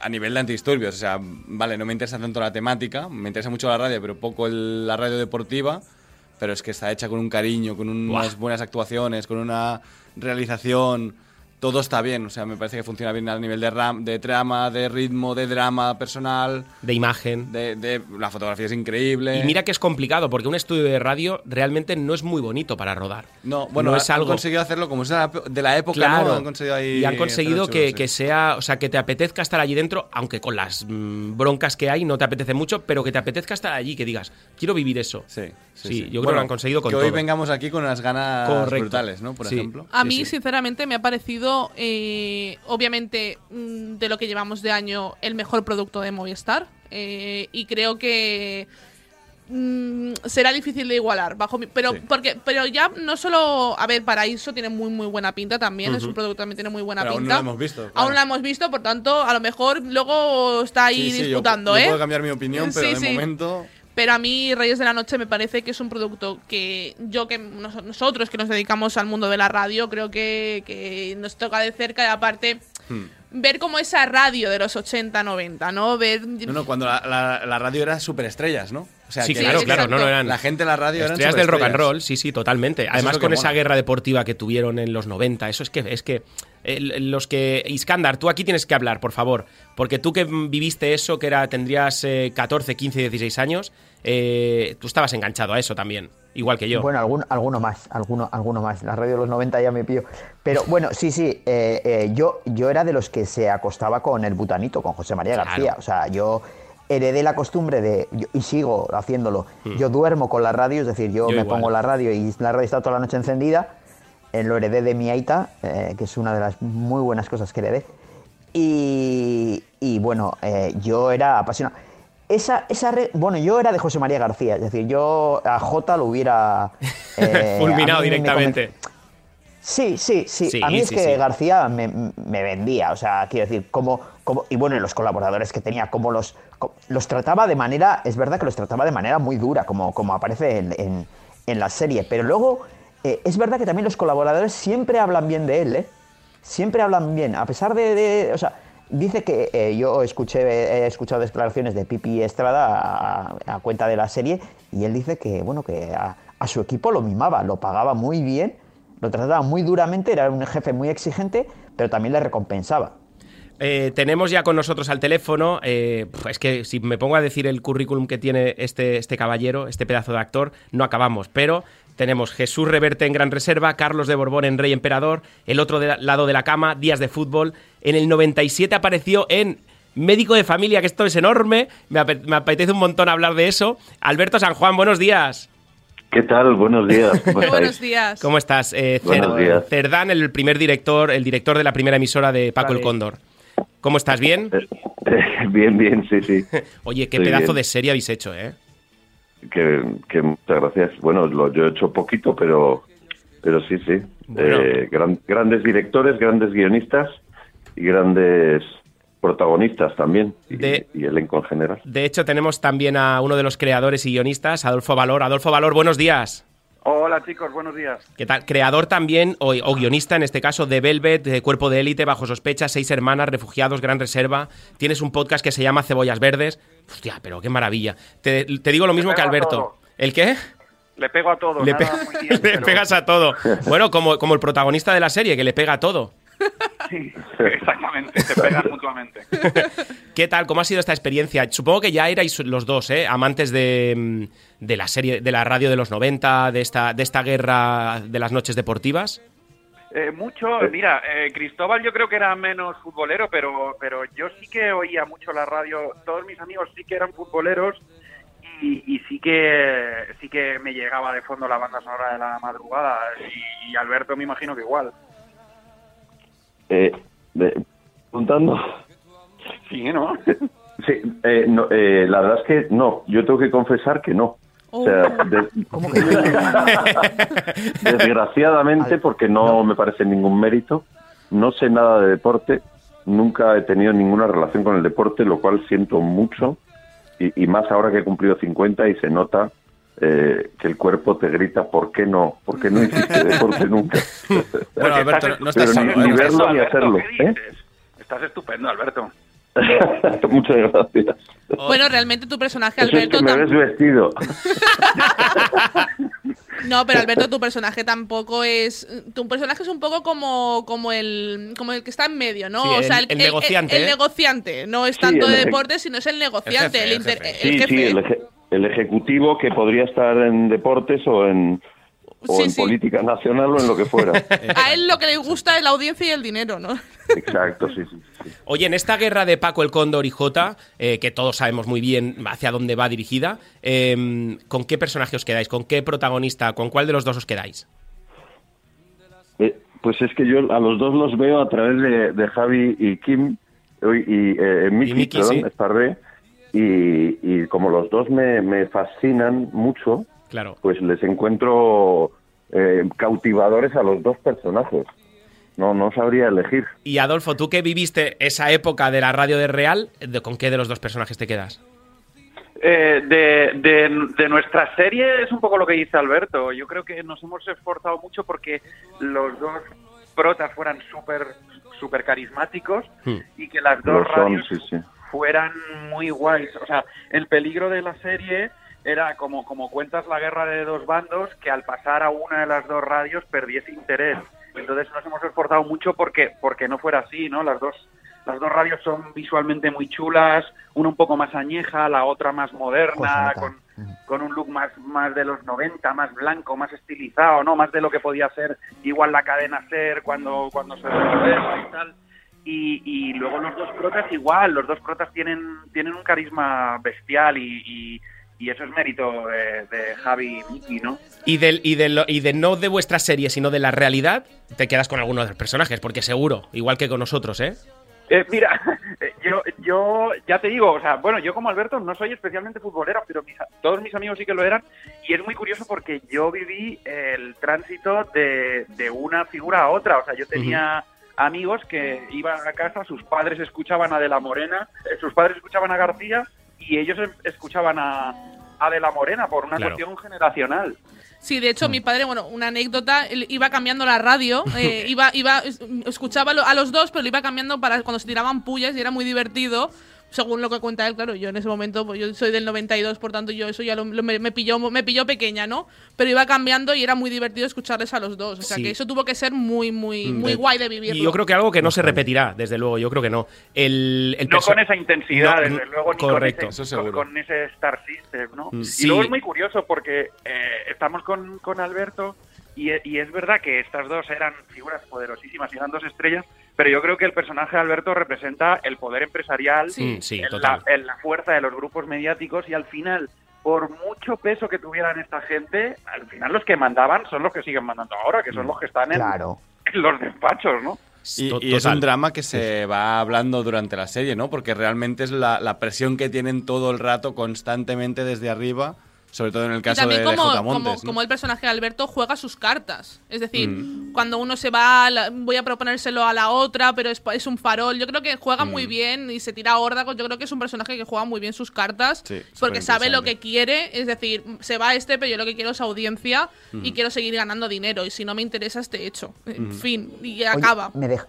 S3: a nivel de antidisturbios. O sea, vale, no me interesa tanto la temática, me interesa mucho la radio, pero poco el- la radio deportiva. Pero es que está hecha con un cariño, con un-
S2: Buah.
S3: unas buenas actuaciones, con una realización. Todo está bien, o sea, me parece que funciona bien a nivel de, ram, de trama, de ritmo, de drama personal.
S2: De imagen.
S3: De, de- la fotografía es increíble.
S2: Y mira que es complicado, porque un estudio de radio realmente no es muy bonito para rodar.
S3: No, bueno,
S2: no es
S3: han
S2: algo-
S3: conseguido hacerlo como es de la, de la época,
S2: Claro.
S3: ¿no? Han conseguido ahí
S2: y han conseguido
S3: hacerlo
S2: que,
S3: chulo,
S2: que
S3: sí.
S2: sea, o sea, que te apetezca estar allí dentro, aunque con las mm, broncas que hay no te apetece mucho, pero que te apetezca estar allí, que digas, quiero vivir eso.
S3: Sí, sí,
S2: Sí,
S3: sí.
S2: yo creo que
S3: Bueno,
S2: lo han conseguido con
S3: Que hoy
S2: todo.
S3: vengamos aquí con unas ganas
S2: Correcto.
S3: brutales, ¿no? Por
S2: Sí.
S3: ejemplo.
S4: A
S2: Sí,
S4: mí,
S2: sí.
S4: sinceramente, me ha parecido, eh, obviamente, mm, de lo que llevamos de año, el mejor producto de Movistar. Eh, y creo que mm, será difícil de igualar. Bajo mi- pero,
S3: Sí.
S4: porque, pero ya no solo. A ver, Paraíso tiene muy, muy buena pinta también. Es un
S2: Ujú.
S4: producto que también tiene muy buena
S3: Pero aún no
S4: pinta.
S3: la hemos visto, claro.
S4: Aún la hemos visto, por tanto, a lo mejor luego está ahí
S3: Sí, sí, yo-
S4: disputando,
S3: yo
S4: ¿eh?
S3: puedo cambiar mi opinión, pero
S4: Sí,
S3: de
S4: sí.
S3: momento.
S4: Pero a mí Reyes de la Noche me parece que es un producto que yo, que nos- nosotros que nos dedicamos al mundo de la radio, creo que, que nos toca de cerca y aparte
S3: hmm.
S4: ver como esa radio de los 80, 90, ¿no? Ver...
S3: No, no, cuando la, la- la radio era superestrellas, ¿no? O sea,
S2: sí,
S3: que
S2: claro,
S4: sí,
S2: claro, no, no
S4: exacto.
S2: eran.
S3: la gente de la radio eran
S2: Estrellas del rock and
S3: superestrellas.
S2: roll, sí, sí, totalmente.
S3: es
S2: Además,
S3: lo que
S2: con esa
S3: mola.
S2: guerra deportiva que tuvieron en los 90, eso es que es que eh, los que Iskandar, tú aquí tienes que hablar, por favor, porque tú que viviste eso que era tendrías eh, 14, 15, 16 años, eh, tú estabas enganchado a eso también, igual que yo.
S5: Bueno, algún- alguno más, alguno, alguno más. La radio de los 90 ya me pillo. Pero bueno, sí, sí, eh, eh, yo, yo era de los que se acostaba con el butanito, con José María
S2: Claro.
S5: García. O sea, yo heredé la costumbre de, yo- y sigo haciéndolo, yo duermo con la radio, es decir, yo,
S2: Hmm. Yo
S5: me
S2: igual.
S5: pongo la radio y la radio está toda la noche encendida. Eh, lo heredé de mi aita, eh, que es una de las muy buenas cosas que heredé. Y, y bueno, eh, yo era apasionado. Esa, esa re- bueno, yo era de José María García, es decir, yo a Jota lo hubiera eh,
S2: Fulminado
S5: a mí me
S2: directamente.
S5: conven- Sí, sí, sí,
S2: Sí,
S5: A mí es
S2: sí,
S5: que
S2: sí.
S5: García me, me vendía, o sea, quiero decir, como, como, y bueno, y los colaboradores que tenía, como los, co- los trataba de manera, es verdad que los trataba de manera muy dura, como, como aparece en, en- en la serie, pero luego eh, es verdad que también los colaboradores siempre hablan bien de él, ¿eh? Siempre hablan bien, a pesar de, de- o sea, dice que eh, yo escuché, he escuchado declaraciones de Pipi Estrada a, a cuenta de la serie y él dice que, bueno, que a- a su equipo lo mimaba, lo pagaba muy bien lo trataba muy duramente, era un jefe muy exigente, pero también le recompensaba.
S2: Eh, tenemos ya con nosotros al teléfono. eh, pf, es que si me pongo a decir el currículum que tiene este, este caballero, este pedazo de actor, no acabamos. Pero tenemos Jesús Reverte en Gran Reserva, Carlos de Borbón en Rey Emperador, el otro de la- lado de la cama, Días de Fútbol. En el 97 apareció en Médico de Familia, que esto es enorme. Me, ape- me apetece un montón hablar de eso. Alberto San Juan, buenos días.
S18: ¿Qué tal? Buenos días. ¿Cómo
S4: Muy buenos
S18: estáis?
S4: días.
S2: ¿Cómo estás? Eh,
S18: Buenos días.
S2: Cerdán, el primer director, el director de la primera emisora de Paco el Cóndor. ¿Cómo estás? ¿Bien?
S18: Eh, bien, bien, sí, sí.
S2: Oye, qué
S18: Estoy
S2: pedazo
S18: bien.
S2: de serie habéis hecho, ¿eh?
S18: que, que muchas gracias. Bueno, lo, yo he hecho poquito, pero, pero sí, sí.
S2: Bueno.
S18: Eh, gran- grandes directores, grandes guionistas y grandes protagonistas también. Y,
S2: De-
S18: y elenco en general.
S2: De hecho, tenemos también a uno de los creadores y guionistas, Adolfo Valor. Adolfo Valor, buenos días.
S19: Hola chicos, buenos días.
S2: ¿Qué tal? Creador también, o, o guionista en este caso, de Velvet, de Cuerpo de Élite, Bajo Sospecha, Seis Hermanas, Refugiados, Gran Reserva. Tienes un podcast que se llama Cebollas Verdes. Hostia, pero qué maravilla. Te, te digo lo mismo que
S19: pego a
S2: Alberto.
S19: todo.
S2: ¿El qué?
S19: Le pego a todo.
S2: Le
S19: Pues nada
S2: pe-
S19: muy bien,
S2: Le
S19: pero-
S2: pegas a todo. Bueno, como, como el protagonista de la serie, que le pega a todo.
S19: Exactamente, se pegan mutuamente.
S2: ¿Qué tal? ¿Cómo ha sido esta experiencia? Supongo que ya erais los dos, ¿eh? Amantes de, mm, de la serie, de la radio de los 90, de esta, de esta guerra de las noches deportivas.
S19: Eh, mucho, mira, eh, Cristóbal yo creo que era menos futbolero, pero, pero yo sí que oía mucho la radio. Todos mis amigos sí que eran futboleros y, y sí que sí que me llegaba de fondo la banda sonora de la madrugada. Y, y Alberto me imagino que igual.
S18: Eh, de- preguntando.
S19: Sí, ¿no?
S18: Sí, eh, no, eh, la verdad es que no, yo tengo que confesar que no.
S4: Oh.
S18: O sea, de- desgraciadamente, porque no me parece ningún mérito, no sé nada de deporte, nunca he tenido ninguna relación con el deporte, lo cual siento mucho, y, y más ahora que he cumplido 50 y se nota eh, que el cuerpo te grita, ¿por qué no? ¿Por qué no hiciste deporte nunca?
S2: Bueno, Alberto, no- no estás
S18: Pero ni-
S2: solo, ¿eh?
S18: ni
S2: No estás
S18: verlo
S2: solo,
S18: ni
S2: Alberto,
S18: hacerlo.
S2: ¿qué
S18: ¿eh?
S19: Estás estupendo, Alberto.
S18: Muchas gracias.
S4: Bueno, realmente tu personaje,
S18: Eso es
S4: Alberto,
S18: que me
S4: tam-
S18: ves vestido.
S4: No, pero Alberto, tu personaje tampoco es. Tu personaje es un poco como, como el como el que está en medio, ¿no?
S2: Sí,
S4: o
S2: el-
S4: sea,
S2: el negociante,
S4: El,
S2: ¿eh?
S4: negociante. No es
S18: Sí,
S4: tanto
S18: el
S4: de
S18: eje-
S4: deporte, sino es el negociante, el,
S2: el
S4: inter-
S2: jefe.
S4: el
S18: Sí, sí,
S4: jefe.
S18: el, eje- el ejecutivo que podría estar en deportes o en, o
S4: Sí,
S18: en
S4: sí.
S18: política nacional o en lo que fuera.
S4: A él lo que le gusta es la audiencia y el dinero, ¿no?
S18: Exacto, sí, sí.
S2: Oye, en esta guerra de Paco el Cóndor y Jota, eh, que todos sabemos muy bien hacia dónde va dirigida, eh, ¿con qué personaje os quedáis? ¿Con qué protagonista? ¿Con cuál de los dos os quedáis?
S18: Eh, pues es que yo a los dos los veo a través de, de Javi y Kim, uy, y, eh, Miki,
S2: Miki,
S18: perdón,
S2: sí.
S18: Esparvé, y, y como los dos me, me fascinan mucho,
S2: Claro.
S18: pues les encuentro eh, cautivadores a los dos personajes. No, no sabría elegir.
S2: Y Adolfo, tú que viviste esa época de la radio de Real, ¿de- ¿con qué de los dos personajes te quedas?
S19: Eh, de, de- de nuestra serie es un poco lo que dice Alberto. Yo creo que nos hemos esforzado mucho porque los dos protas fueran súper súper carismáticos
S2: Hmm.
S19: y que las dos
S18: Los son,
S19: radios
S18: sí, sí.
S19: fueran muy guays. O sea, el peligro de la serie era como, como cuentas la guerra de dos bandos, que al pasar a una de las dos radios perdiese interés. Entonces nos hemos esforzado mucho porque, porque no fuera así, ¿no? Las dos, las dos radios son visualmente muy chulas, una un poco más añeja, la otra más
S5: Pues,
S19: moderna, con, con un look más, más de los 90, más blanco, más estilizado, ¿no? Más de lo que podía ser igual la cadena ser cuando, cuando se reserva y tal. Y, y luego los dos protas igual, los dos protas tienen, tienen un carisma bestial y, y- y eso es mérito de, de Javi y Miki, ¿no?
S2: Y del, y, de lo- y de no de vuestra serie, sino de la realidad, te quedas con alguno de los personajes, porque seguro, igual que con nosotros, ¿eh?
S19: Eh, mira, eh, yo, yo ya te digo, o sea, bueno, yo como Alberto no soy especialmente futbolero, pero mis a- todos mis amigos sí que lo eran. Y es muy curioso porque yo viví el tránsito de, de una figura a otra. O sea, yo tenía amigos que iban a casa, sus padres escuchaban a De La Morena, eh, sus padres escuchaban a García y ellos em- escuchaban a, a De La Morena por una
S2: Claro.
S19: cuestión generacional.
S4: Sí, de
S2: Mm.
S4: hecho, mi padre, bueno, una anécdota, él iba cambiando la radio, eh, iba, iba, es- escuchaba lo- a los dos, pero lo iba cambiando para cuando se tiraban pullas y era muy divertido, según lo que cuenta él, claro, yo en ese momento, pues, yo soy del 92, por tanto, yo eso ya lo- lo- me, me pilló, me pilló pequeña, ¿no? Pero iba cambiando y era muy divertido escucharles a los dos, o sea
S2: Sí.
S4: que eso tuvo que ser muy, muy,
S2: Mm,
S4: muy
S2: eh,
S4: guay de vivirlo.
S2: Y yo creo que algo que no se repetirá, desde luego, yo creo que no. El, el
S19: No
S2: perso-
S19: con esa intensidad,
S2: No,
S19: desde
S2: mm,
S19: luego, ni
S2: correcto.
S19: con, ese, con- con ese Star System, ¿no?
S2: Mm,
S19: Y
S2: sí.
S19: luego es muy curioso porque eh, estamos con, con Alberto y, e- y es verdad que estas dos eran figuras poderosísimas y eran dos estrellas, pero yo creo que el personaje de Alberto representa el poder empresarial,
S2: Sí. Mm, sí,
S19: en
S2: total.
S19: la- en la fuerza de los grupos mediáticos y al final, por mucho peso que tuvieran esta gente, al final los que mandaban son los que siguen mandando ahora, que
S2: Mm.
S19: son los que están en, en los despachos, ¿no?
S3: Y,
S19: To-
S3: y es
S19: total.
S3: un drama que se va hablando durante la serie, ¿no? Porque realmente es la, la presión que tienen todo el rato, constantemente desde arriba, Sobre todo en el
S4: Y
S3: caso de,
S4: también
S3: de
S4: como,
S3: J. Montes.
S4: como-
S3: ¿no?
S4: como el personaje de Alberto juega sus cartas. Es decir,
S3: Mm.
S4: cuando uno se va, la- voy a proponérselo a la otra, pero es, pa- es un farol. Yo creo que juega
S3: Mm.
S4: muy bien y se tira a órdagos. Yo creo que es un personaje que juega muy bien sus cartas
S3: Sí,
S4: porque sabe lo
S3: superinteresante.
S4: que quiere. Es decir, se va este, pero yo lo que quiero es audiencia y
S3: Mm.
S5: Ujú.
S4: quiero seguir ganando dinero. Y si no me interesa, este hecho. En
S5: Ujú.
S4: fin, y
S5: Oye,
S4: acaba.
S5: ¿me, dej-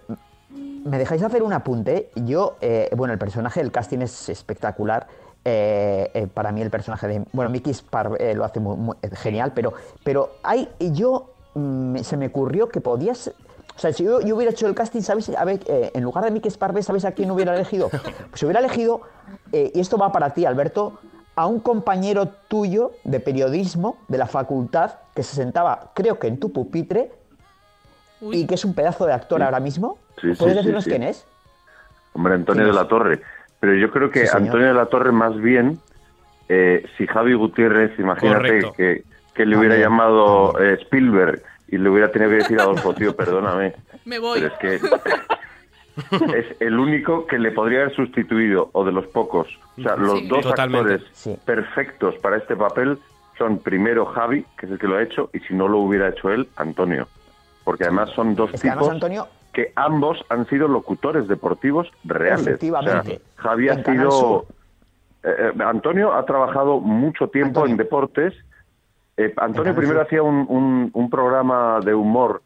S5: ¿Me dejáis hacer un apunte? Yo, eh, bueno, el personaje del casting es espectacular. Eh, eh, para mí el personaje de... Bueno, Mickey Spar eh, lo hace muy, muy- eh, genial, pero, pero hay, yo mm, se me ocurrió que podías... O sea, si yo, yo hubiera hecho el casting, ¿sabéis? A ver, eh, en lugar de Mickey Sparve, ¿sabéis a quién hubiera elegido? Pues hubiera elegido, eh, y esto va para ti, Alberto, a un compañero tuyo de periodismo de la facultad que se sentaba, creo que en tu pupitre, y que es un pedazo de actor ahora mismo.
S18: Sí, sí,
S5: ¿Puedes
S18: sí,
S5: decirnos
S18: sí.
S5: quién es?
S18: Hombre, Antonio de la Torre. Pero yo creo que
S5: Sí, señor.
S18: Antonio de la Torre, más bien, eh, si Javi Gutiérrez, imagínate
S20: Correcto.
S18: que, que le hubiera
S20: También,
S18: llamado eh, Spielberg y le hubiera tenido que decir a Adolfo, tío, perdóname.
S4: Me voy.
S18: Pero es que es el único que le podría haber sustituido, o de los pocos. O sea, los
S20: Sí.
S18: dos
S20: Totalmente.
S18: actores perfectos para este papel son primero Javi, que es el que lo ha hecho, y si no lo hubiera hecho él, Antonio. Porque además son dos
S5: Es que además
S18: tipos
S5: Antonio,
S18: que ambos han sido locutores deportivos reales.
S5: Efectivamente.
S18: O sea, Javi
S5: En
S18: ha
S5: Canal Sur.
S18: sido... eh, eh, Antonio ha trabajado mucho tiempo en deportes. Eh, Antonio
S20: En Canal
S18: primero
S20: Sur.
S18: hacía un, un- un programa de humor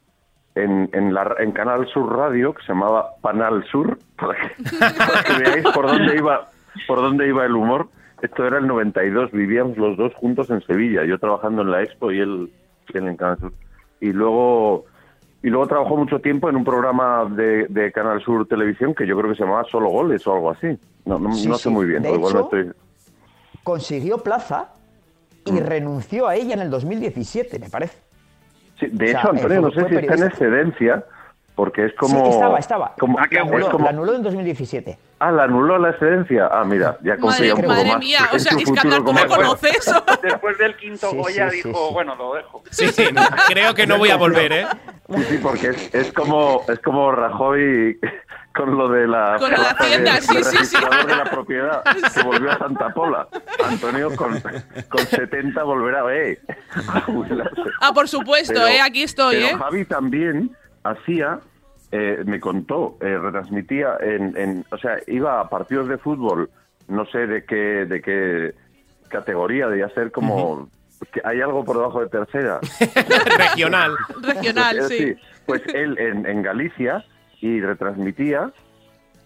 S18: en, en la, en Canal Sur Radio que se llamaba Panal Sur, para que, para que veáis por dónde, iba, por dónde iba el humor. Esto era el 92, vivíamos los dos juntos en Sevilla, yo trabajando en la Expo y él, él en Canal Sur. Y luego y luego trabajó mucho tiempo en un programa de, de Canal Sur Televisión que yo creo que se llamaba Solo Goles o algo así. No, no,
S5: Sí,
S18: no sé
S5: sí.
S18: muy bien,
S5: De
S18: o igual me
S5: hecho,
S18: estoy-
S5: consiguió plaza y
S18: Mm.
S5: renunció a ella en el 2017, me parece.
S18: Sí, de
S5: o sea,
S18: hecho, Antonio,
S5: eh,
S18: no sé
S5: fue
S18: si está en
S5: periodista.
S18: excedencia, porque es como...
S5: Sí, estaba, estaba.
S18: como-
S4: Ah,
S5: la,
S18: es
S5: anuló,
S18: como-
S5: la anuló en 2017.
S18: Ah, la anuló la excedencia. Ah, mira, ya confía un poco
S4: madre
S18: más.
S4: mía, o
S18: en
S4: sea,
S18: su
S4: Iskandar,
S18: futuro
S4: ¿tú
S18: como
S4: me
S18: actor.
S4: conoces?
S19: Después del quinto
S18: Sí,
S19: Goya
S18: sí, sí,
S19: dijo,
S18: sí.
S19: bueno, lo dejo.
S2: Sí, sí, no, creo que no voy a volver, ¿eh?
S18: Sí, sí, porque es, es como es como Rajoy con lo de la
S2: Con lo de
S18: plaza
S2: Hacienda, sí,
S18: de
S2: sí, sí.
S18: registrador de la propiedad que volvió a Santa Pola. Antonio con, con 70 volverá eh, a jubilarse.
S4: Ah, por supuesto,
S18: Pero-
S4: ¿eh? Aquí estoy,
S18: pero
S4: ¿eh?
S18: Javi también hacía, eh, me contó, eh, retransmitía, en, en- o sea, iba a partidos de fútbol, no sé de qué, de qué categoría, debía ser como... que hay algo por debajo de tercera.
S2: Regional.
S4: Regional,
S18: Pues,
S4: sí.
S18: Pues él en, en Galicia y retransmitía,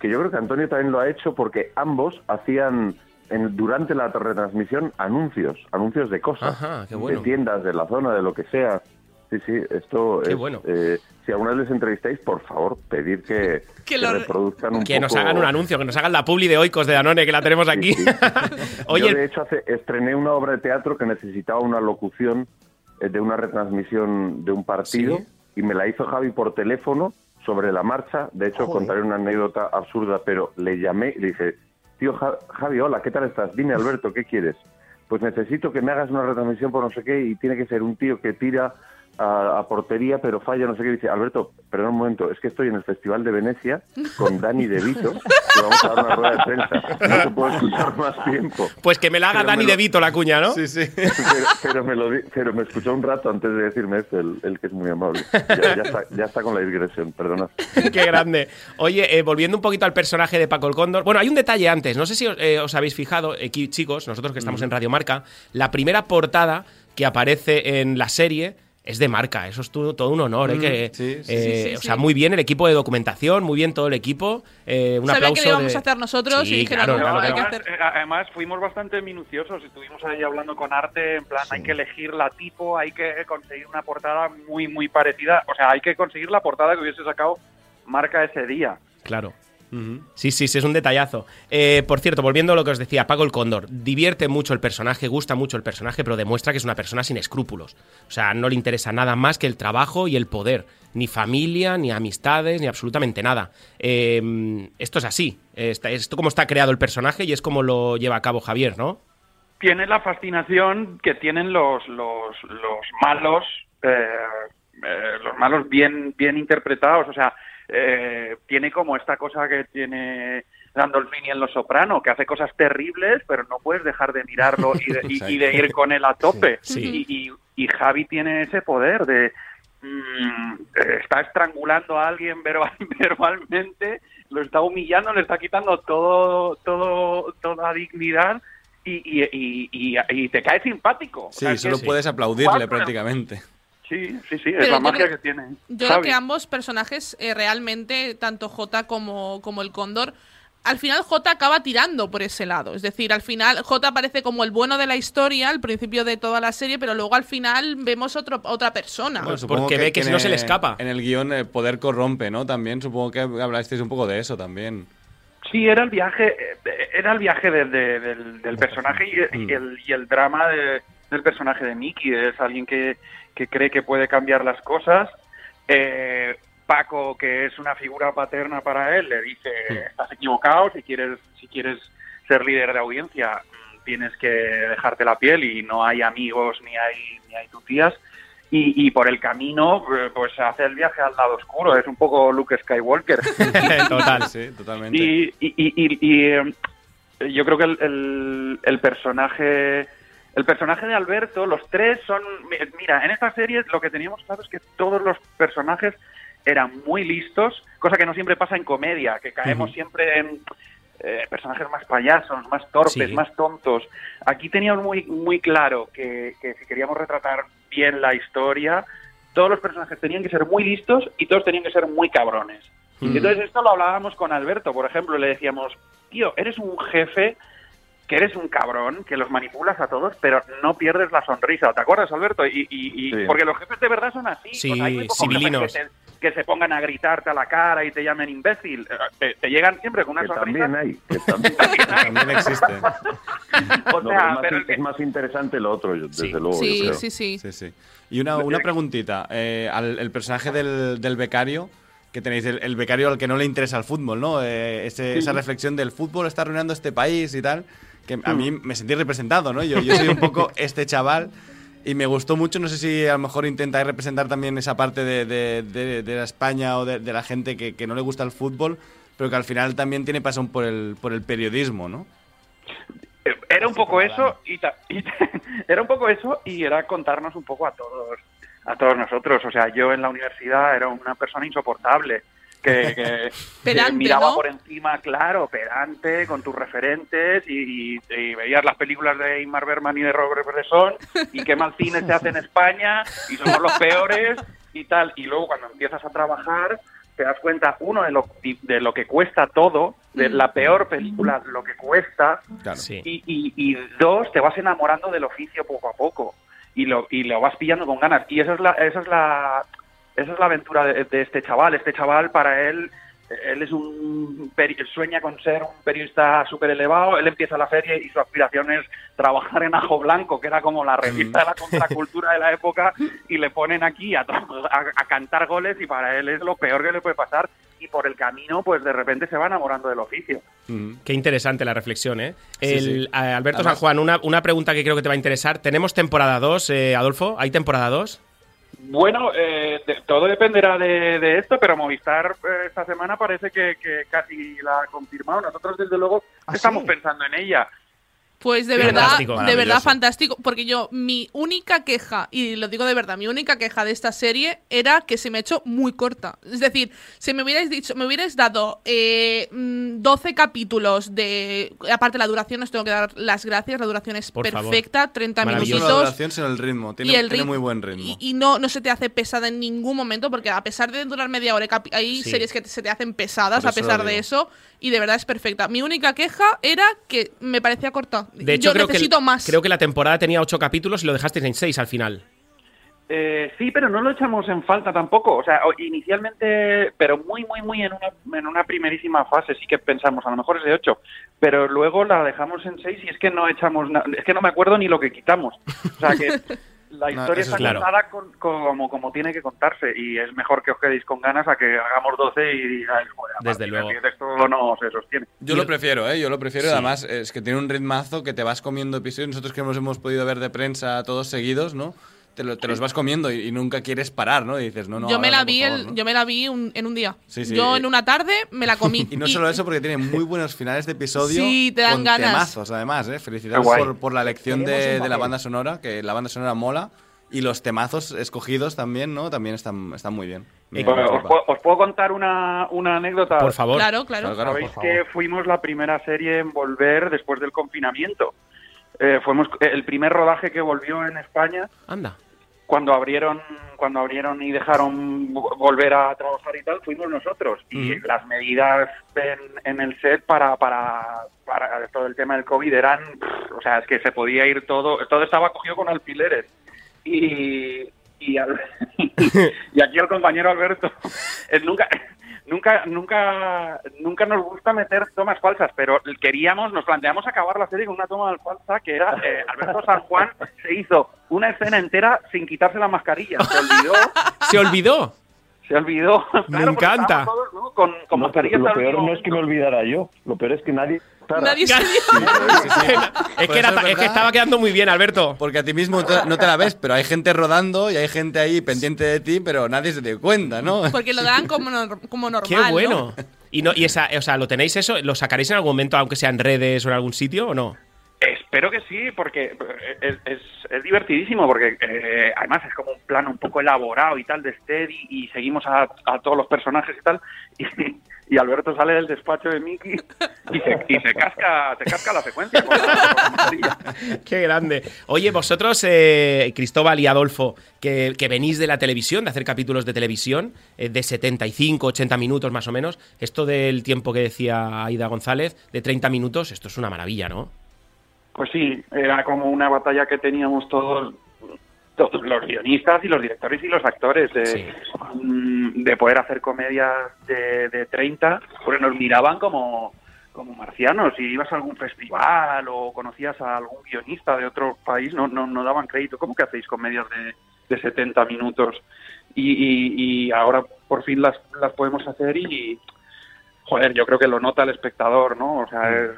S18: que yo creo que Antonio también lo ha hecho porque ambos hacían en- durante la retransmisión anuncios, anuncios de cosas,
S2: Ajá, qué bueno.
S18: de tiendas, de la zona, de lo que sea. Sí, sí, esto
S2: Qué
S18: es,
S2: bueno.
S18: eh, si alguna vez les entrevistáis, por favor, pedir que,
S2: Que
S18: que
S2: lo-
S18: reproduzcan un
S2: Que nos
S18: poco-
S2: hagan un anuncio, que nos hagan la publi de Oikos de Danone, que la tenemos aquí. Oye,
S18: Yo, de hecho, hace- estrené una obra de teatro que necesitaba una locución eh, de una retransmisión de un partido
S20: Sí.
S18: y me la hizo Javi por teléfono sobre la marcha. De hecho,
S20: Joder.
S18: contaré una anécdota absurda, pero le llamé y le dije, tío Ja- Javi, hola, ¿qué tal estás? Dime, Alberto, ¿qué quieres? Pues necesito que me hagas una retransmisión por no sé qué y tiene que ser un tío que tira a, a portería pero falla, no sé qué. Y dice, Alberto, perdón un momento, es que estoy en el Festival de Venecia con Dani De Vito y vamos a dar una rueda de prensa. No te puedo escuchar más tiempo.
S2: pues que me la haga
S18: Pero
S2: Dani
S18: me lo-
S2: De Vito la cuña, ¿no?
S18: Sí, sí. Pero, pero me lo di- pero me escuchó un rato antes de decirme esto, el, el que es muy amable. Ya, ya está, ya está con la digresión, perdona.
S2: Qué grande. Oye, eh, volviendo un poquito al personaje de Paco el Cóndor. Bueno, hay un detalle antes. No sé si os, eh, os habéis fijado, aquí, chicos, nosotros que estamos en Radio Marca, la primera portada que aparece en la serie es de marca. Eso es tu- todo un honor. ¿eh?
S3: Mm,
S2: que,
S3: sí, sí,
S2: eh,
S3: sí, sí,
S2: o sea,
S3: sí.
S2: muy bien el equipo de documentación, muy bien todo el equipo. Eh, un
S4: Sabía
S2: aplauso.
S4: que lo íbamos
S2: de-
S4: a hacer nosotros
S2: Sí,
S4: y dijeron,
S2: claro,
S4: no,
S2: claro,
S4: hay
S2: claro.
S4: que
S19: Además, eh, además fuimos bastante minuciosos, estuvimos ahí hablando con arte, en plan, hay que elegir la tipo, hay que conseguir una portada muy, muy parecida, o sea, hay que conseguir la portada que hubiese sacado marca ese día.
S2: Claro. Sí, sí, sí, es un detallazo. Eh, por cierto, volviendo a lo que os decía, Paco el Cóndor, divierte mucho el personaje, gusta mucho el personaje, pero demuestra que es una persona sin escrúpulos. O sea, no le interesa nada más que el trabajo y el poder. Ni familia, ni amistades, ni absolutamente nada. Eh, esto es así. Esta- esto como está creado el personaje y es como lo lleva a cabo Javier, ¿no?
S19: Tiene la fascinación que tienen los, los, los malos, eh, eh, los malos bien, bien interpretados, o sea, eh, tiene como esta cosa que tiene Gandolfini en Los Soprano, que hace cosas terribles, pero no puedes dejar de mirarlo y de, y, y de ir con él a tope.
S2: Sí.
S19: Y, y- y Javi tiene ese poder de mm, eh, está estrangulando a alguien verbal- verbalmente, lo está humillando, le está quitando todo, todo, toda dignidad y, y- y- y- y te cae simpático. O
S3: Sí,
S19: sea, es que
S3: solo
S19: es-
S3: puedes aplaudirle
S19: Guau, pero-
S3: prácticamente.
S19: Sí, sí, sí, es
S4: Pero
S19: la
S4: yo
S19: magia
S4: creo-
S19: que tiene.
S4: Yo creo
S19: Javi.
S4: que ambos personajes eh, realmente, tanto Jota como, como el Cóndor, al final Jota acaba tirando por ese lado. Es decir, al final Jota parece como el bueno de la historia al principio de toda la serie, pero luego al final vemos otro, otra persona.
S3: supongo
S2: porque ve que si no se le
S3: en-
S2: escapa.
S3: En el guión el poder corrompe, ¿no? También supongo que hablasteis un poco de eso también.
S19: Sí, era el viaje, eh, era el viaje de- de- del, del personaje y,
S3: Mm.
S19: y el, y el drama de- del personaje de Mickey. Es alguien que, que cree que puede cambiar las cosas. Eh, Paco, que es una figura paterna para él, le dice: estás equivocado. Si quieres, si quieres ser líder de audiencia, mm, tienes que dejarte la piel y no hay amigos ni hay ni hay tutías. Y, y por el camino, eh, pues hace el viaje al lado oscuro. Es un poco Luke Skywalker.
S2: Total.
S3: Mm. Sí, totalmente.
S19: Y, y, y- y- y, em, yo creo que el, el- el personaje el personaje de Alberto, los tres son... mi- Mira, en esta serie lo que teníamos claro es que todos los personajes eran muy listos, cosa que no siempre pasa en comedia, que caemos
S2: Ujú.
S19: siempre en eh, personajes más payasos, más torpes,
S2: Sí.
S19: más tontos. Aquí teníamos muy, muy claro que, que si queríamos retratar bien la historia, todos los personajes tenían que ser muy listos y todos tenían que ser muy cabrones. Y Entonces esto lo hablábamos con Alberto, por ejemplo, le decíamos, tío, eres un jefe, que eres un cabrón, que los manipulas a todos, pero no pierdes la sonrisa, ¿te acuerdas, Alberto? Y, y- y-
S2: Sí.
S19: Porque los jefes de verdad son así,
S2: Sí,
S19: o sea, hay muy pocos jefes
S2: civilinos.
S19: Que, se- que se pongan a gritarte a la cara y te llamen imbécil, Eh, te, te llegan siempre con una
S18: que
S19: sonrisa.
S18: también hay, que también,
S3: también existe.
S18: No, pero es, más,
S19: pero
S18: es más interesante lo otro, yo- desde luego. yo
S4: Sí,
S18: creo.
S4: sí, sí.
S3: Y una, una preguntita. eh, al, el personaje del, del becario que tenéis, el, el becario al que no le interesa el fútbol, ¿no? Eh, ese-
S2: Sí.
S3: Esa reflexión del fútbol está arruinando este país y tal, que a mí me sentí representado, ¿no? Yo, yo soy un poco este chaval y me gustó mucho. No sé si a lo mejor intentáis representar también esa parte de, de- de- de la España o de, de la gente que, que no le gusta el fútbol, pero que al final también tiene pasión por el, por el periodismo, ¿no?
S19: Era un poco eso y, ta- y ta- era un poco eso y era contarnos un poco a todos a todos nosotros. O sea, yo en la universidad era una persona insoportable que, que-
S4: Pedante,
S19: que miraba
S4: ¿no?
S19: por encima, claro, pedante con tus referentes y, y- y veías las películas de Ingmar Bergman y de Robert Bresson y qué mal cine se hace en España y somos los peores y tal. Y luego cuando empiezas a trabajar te das cuenta, uno, de lo, de lo que cuesta todo, de la peor película, lo que cuesta, y, y- y dos, te vas enamorando del oficio poco a poco y lo, y lo vas pillando con ganas. Y esa es la, esa es la, esa es la aventura de, de este chaval. Este chaval, para él, él es un peri- sueña con ser un periodista súper elevado. Él empieza la serie y su aspiración es trabajar en Ajo Blanco, que era como la revista de la contracultura de la época, y le ponen aquí a, tra- a- a cantar goles y para él es lo peor que le puede pasar. Y por el camino, pues de repente se va enamorando del oficio.
S2: Qué interesante la reflexión, ¿eh?
S19: Sí,
S2: El,
S19: sí.
S2: eh, Alberto
S19: Además-
S2: San Juan, una, una pregunta que creo que te va a interesar. ¿Tenemos temporada 2, eh, Adolfo? ¿Hay temporada 2?
S19: Bueno, eh, de- todo dependerá de, de esto, pero Movistar eh, esta semana parece que, que casi la ha confirmado. Nosotros, desde luego,
S4: ¿Ah,
S19: estamos pensando en ella.
S4: Pues de verdad,
S19: Fantástico.
S4: de verdad
S19: Maravilloso.
S4: fantástico, porque yo mi única queja y lo digo de verdad, mi única queja de esta serie era que se me echó muy corta. Es decir, si me hubierais dicho, me hubierais dado eh, mm, 12 capítulos de aparte la duración, os tengo que dar las gracias, la duración es
S3: Por favor.
S4: perfecta, 30
S3: Maravilloso. No solo la
S4: minutitos
S3: duración, sino el ritmo. Tiene,
S4: y el
S3: tiene
S4: rit-
S3: muy buen ritmo.
S4: y no, no se te hace pesada en ningún momento, porque a pesar de durar media hora, capi- hay
S3: Sí.
S4: series que te- se te hacen pesadas
S2: Por
S4: a
S2: eso
S4: pesar
S2: lo
S4: de
S2: digo.
S4: eso, y de verdad es perfecta. Mi única queja era que me parecía corta.
S2: De hecho,
S4: Yo
S2: creo,
S4: necesito
S2: que,
S4: más.
S2: creo que la temporada tenía 8 capítulos y lo dejasteis en 6 al final.
S19: Eh, sí, pero no lo echamos en falta tampoco. O sea, o- inicialmente, pero muy, muy, muy en una, en una primerísima fase, sí que pensamos, a lo mejor es de 8, pero luego la dejamos en 6 y es que no echamos na- Es que no me acuerdo ni lo que quitamos. O sea, que la
S2: No,
S19: historia está
S2: eso es claro.
S19: contada con- con- como, como tiene que contarse y es mejor que os quedéis con ganas a que hagamos 12 y digáis, "Joder, a
S3: Desde
S19: partir
S3: luego.
S19: de esto no se sostiene.
S3: Yo lo prefiero, ¿eh? Yo lo prefiero.
S19: Sí.
S3: Además, es que tiene un ritmazo que te vas comiendo episodios. Nosotros que nos hemos podido ver de prensa todos seguidos, ¿no? te, lo- te los vas comiendo y, y nunca quieres parar, ¿no? Y dices, no, no.
S4: yo, me la
S3: ahora no, por
S4: vi
S3: favor,
S4: el-
S3: ¿no?
S4: yo me la vi un- en un día.
S3: Sí, sí,
S4: yo
S3: eh.
S4: en una tarde me la comí.
S3: Y no solo eso, porque tiene muy buenos finales de episodio.
S4: Sí, te dan
S3: con
S4: ganas.
S3: temazos, además, ¿eh? Felicidades
S14: Qué guay.
S3: por, por la elección
S14: Tenemos
S3: de,
S14: un
S3: de la
S14: papel.
S3: banda sonora, que la banda sonora mola. Y los temazos escogidos también, ¿no? También están, están muy bien. Me- me
S19: Bueno, os,
S3: flipa.
S19: puedo, os puedo contar una, una anécdota.
S3: Por favor. Claro, claro. Claro, claro,
S19: Sabéis
S3: por
S19: que fuimos la primera serie en volver después del confinamiento. Eh, fuimos el primer rodaje que volvió en España
S2: Anda.
S19: cuando abrieron cuando abrieron y dejaron vo- volver a trabajar y tal fuimos nosotros y
S2: Ujú.
S19: las medidas en, en el set para, para para todo el tema del covid eran pff, o sea es que se podía ir todo todo estaba cogido con alfileres y y, al- y aquí el compañero Alberto eh, nunca nunca nunca nunca nos gusta meter tomas falsas pero queríamos nos planteamos acabar la serie con una toma falsa que era eh, Alberto San Juan se hizo una escena entera sin quitarse la mascarilla se olvidó
S2: Se olvidó.
S19: se olvidó
S2: Me encanta.
S19: con, con mascarillas
S20: lo
S19: al
S20: peor
S19: mismo-
S20: no es que me olvidara yo, lo peor es que nadie.
S4: Nadie se
S2: Es que, era ta- es que estaba quedando muy bien, Alberto.
S3: Porque a ti mismo te- no te la ves, pero hay gente rodando y hay gente ahí pendiente de ti, pero nadie se te cuenta, ¿no?
S4: Porque lo dan como, nor- como normal.
S2: Qué
S4: ¿no?
S2: bueno. Y, no, y esa, o sea, ¿lo tenéis eso? ¿Lo sacaréis en algún momento, aunque sea en redes o en algún sitio o no?
S19: Espero que sí, porque eh, es, es, es divertidísimo, porque eh, además es como un plan un poco elaborado y tal de Steady y seguimos a, a todos los personajes y tal. Y, y Alberto sale del despacho de Mickey y se, y se casca, se casca la secuencia. con-
S2: Qué grande. Oye, vosotros, eh, Cristóbal y Adolfo, que, que venís de la televisión, de hacer capítulos de televisión, eh, de 75, 80 minutos más o menos, esto del tiempo que decía Aida González, de 30 minutos, esto es una maravilla, ¿no?
S19: Pues sí, era como una batalla que teníamos todos, todos los guionistas y los directores y los actores de, mm, de poder hacer comedias de, de 30, porque nos miraban como, como marcianos. Si ibas a algún festival o conocías a algún guionista de otro país, no, no, no daban crédito. ¿Cómo que hacéis comedias de, de 70 minutos? Y, y- y ahora por fin las, las podemos hacer y, joder, yo creo que lo nota el espectador, ¿no? O sea, es-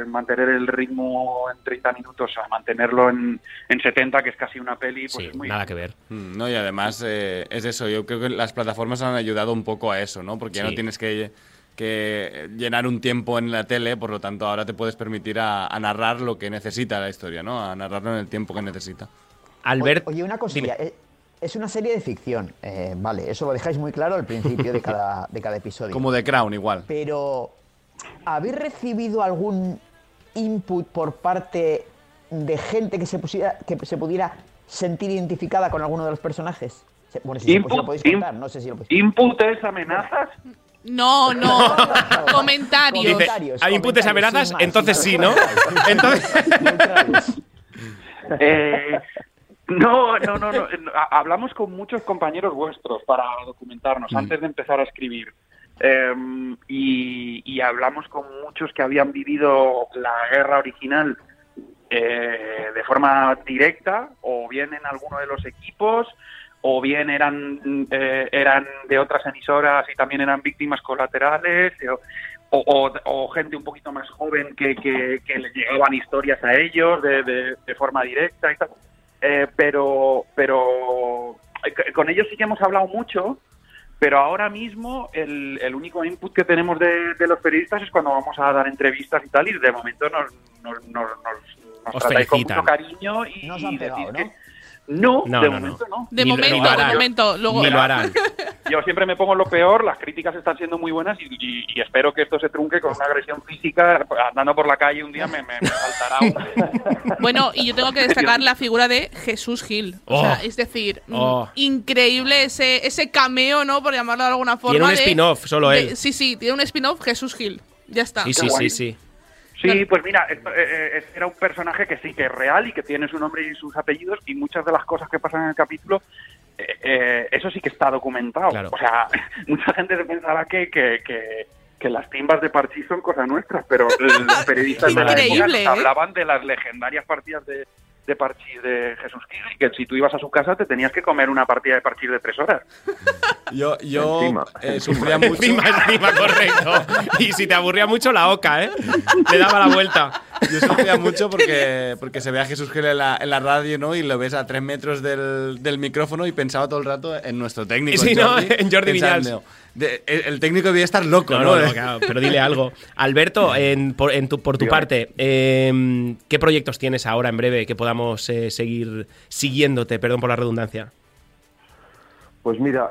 S19: es mantener el ritmo en 30 minutos a mantenerlo en, en 70, que es casi una peli, pues es muy...
S2: que ver.
S3: Mm, No, y además eh, es eso, yo creo que las plataformas han ayudado un poco a eso, ¿no? Porque ya
S2: Sí.
S3: no tienes que, que llenar un tiempo en la tele, por lo tanto ahora te puedes permitir a, a narrar lo que necesita la historia, ¿no? A narrarlo en el tiempo que necesita.
S2: Albert,
S5: Oye, una cosilla. eh, Es una serie de ficción, eh, vale, eso lo dejáis muy claro al principio de cada, de cada episodio.
S3: como de Crown igual.
S5: Pero, ¿habéis recibido algún input por parte de gente que se, pusiera, que se pudiera sentir identificada con alguno de los personajes? Se- Bueno, si, se-
S19: Input,
S5: si lo podéis
S19: in-
S5: contar, no sé si lo podéis
S19: ¿Input es amenazas?
S4: No, no. comentarios.
S2: dice, hay imputes amenazas, entonces sí, ¿no? Entonces,
S19: Eh, no, no, no, no. Ha- Hablamos con muchos compañeros vuestros para documentarnos antes de empezar a escribir. Em, y, y hablamos con muchos que habían vivido la guerra original eh, de forma directa, o bien en alguno de los equipos, o bien eran, eh, eran de otras emisoras y también eran víctimas colaterales, o, o- o gente un poquito más joven que, que, que le llegaban historias a ellos de, de- de forma directa y tal. Eh, pero, pero eh, con ellos sí que hemos hablado mucho, pero ahora mismo el, el único input que tenemos de, de los periodistas es cuando vamos a dar entrevistas y tal, y de momento nos, nos, nos, nos- nos
S2: Os
S19: tratáis con
S2: felicitan.
S19: mucho cariño y, y decís que- no,
S2: No,
S19: de
S2: no, no.
S19: momento no.
S4: De momento, de momento. Luego,
S2: ni lo harán.
S19: Yo siempre me pongo lo peor, las críticas están siendo muy buenas y, y- y espero que esto se trunque con una agresión física. Andando por la calle un día me, me, me saltará un...
S4: Bueno, y yo tengo que destacar la figura de Jesús Gil. O sea,
S2: Oh.
S4: es decir, mm,
S2: Oh.
S4: increíble ese, ese cameo, ¿no? Por llamarlo de alguna forma.
S2: Tiene un
S4: de-
S2: spin-off, solo
S4: de-
S2: él.
S4: Sí, sí, tiene un spin-off Jesús Gil. Ya está.
S2: Sí, sí, sí, sí.
S19: Sí, pues mira, esto, eh, eh, era un personaje que sí que es real y que tiene su nombre y sus apellidos y muchas de las cosas que pasan en el capítulo, eh, eh, eso sí que está documentado. O sea, mucha gente se pensará que, que, que- que las timbas de parchís son cosa nuestra, pero los periodistas de la época
S4: Increíble,
S19: nos
S4: ¿eh?
S19: hablaban de las legendarias partidas de, de parchís de Jesús Gil y que si tú ibas a su casa te tenías que comer una partida de parchís de tres horas.
S3: Yo, yo
S19: Encima,
S3: eh, sufría mucho.
S2: Encima, encima, correcto. Y si te aburría mucho, la oca, ¿eh? Le daba la vuelta.
S3: Yo sufría mucho porque, porque se ve a Jesús Gil en la, en la radio, ¿no? Y lo ves a tres metros del, del micrófono y pensaba todo el rato en nuestro técnico.
S2: Sí,
S3: en
S2: ¿no? En Jordi
S3: pensando,
S2: Viñals.
S3: de- el, el técnico debía estar loco,
S2: No,
S3: ¿no?
S2: no, no, claro, pero dile algo. Alberto, en- por, en tu, por tu
S3: Dígame.
S2: parte, em, ¿qué proyectos tienes ahora en breve que podamos eh, seguir siguiéndote? Perdón por la redundancia.
S18: Pues mira,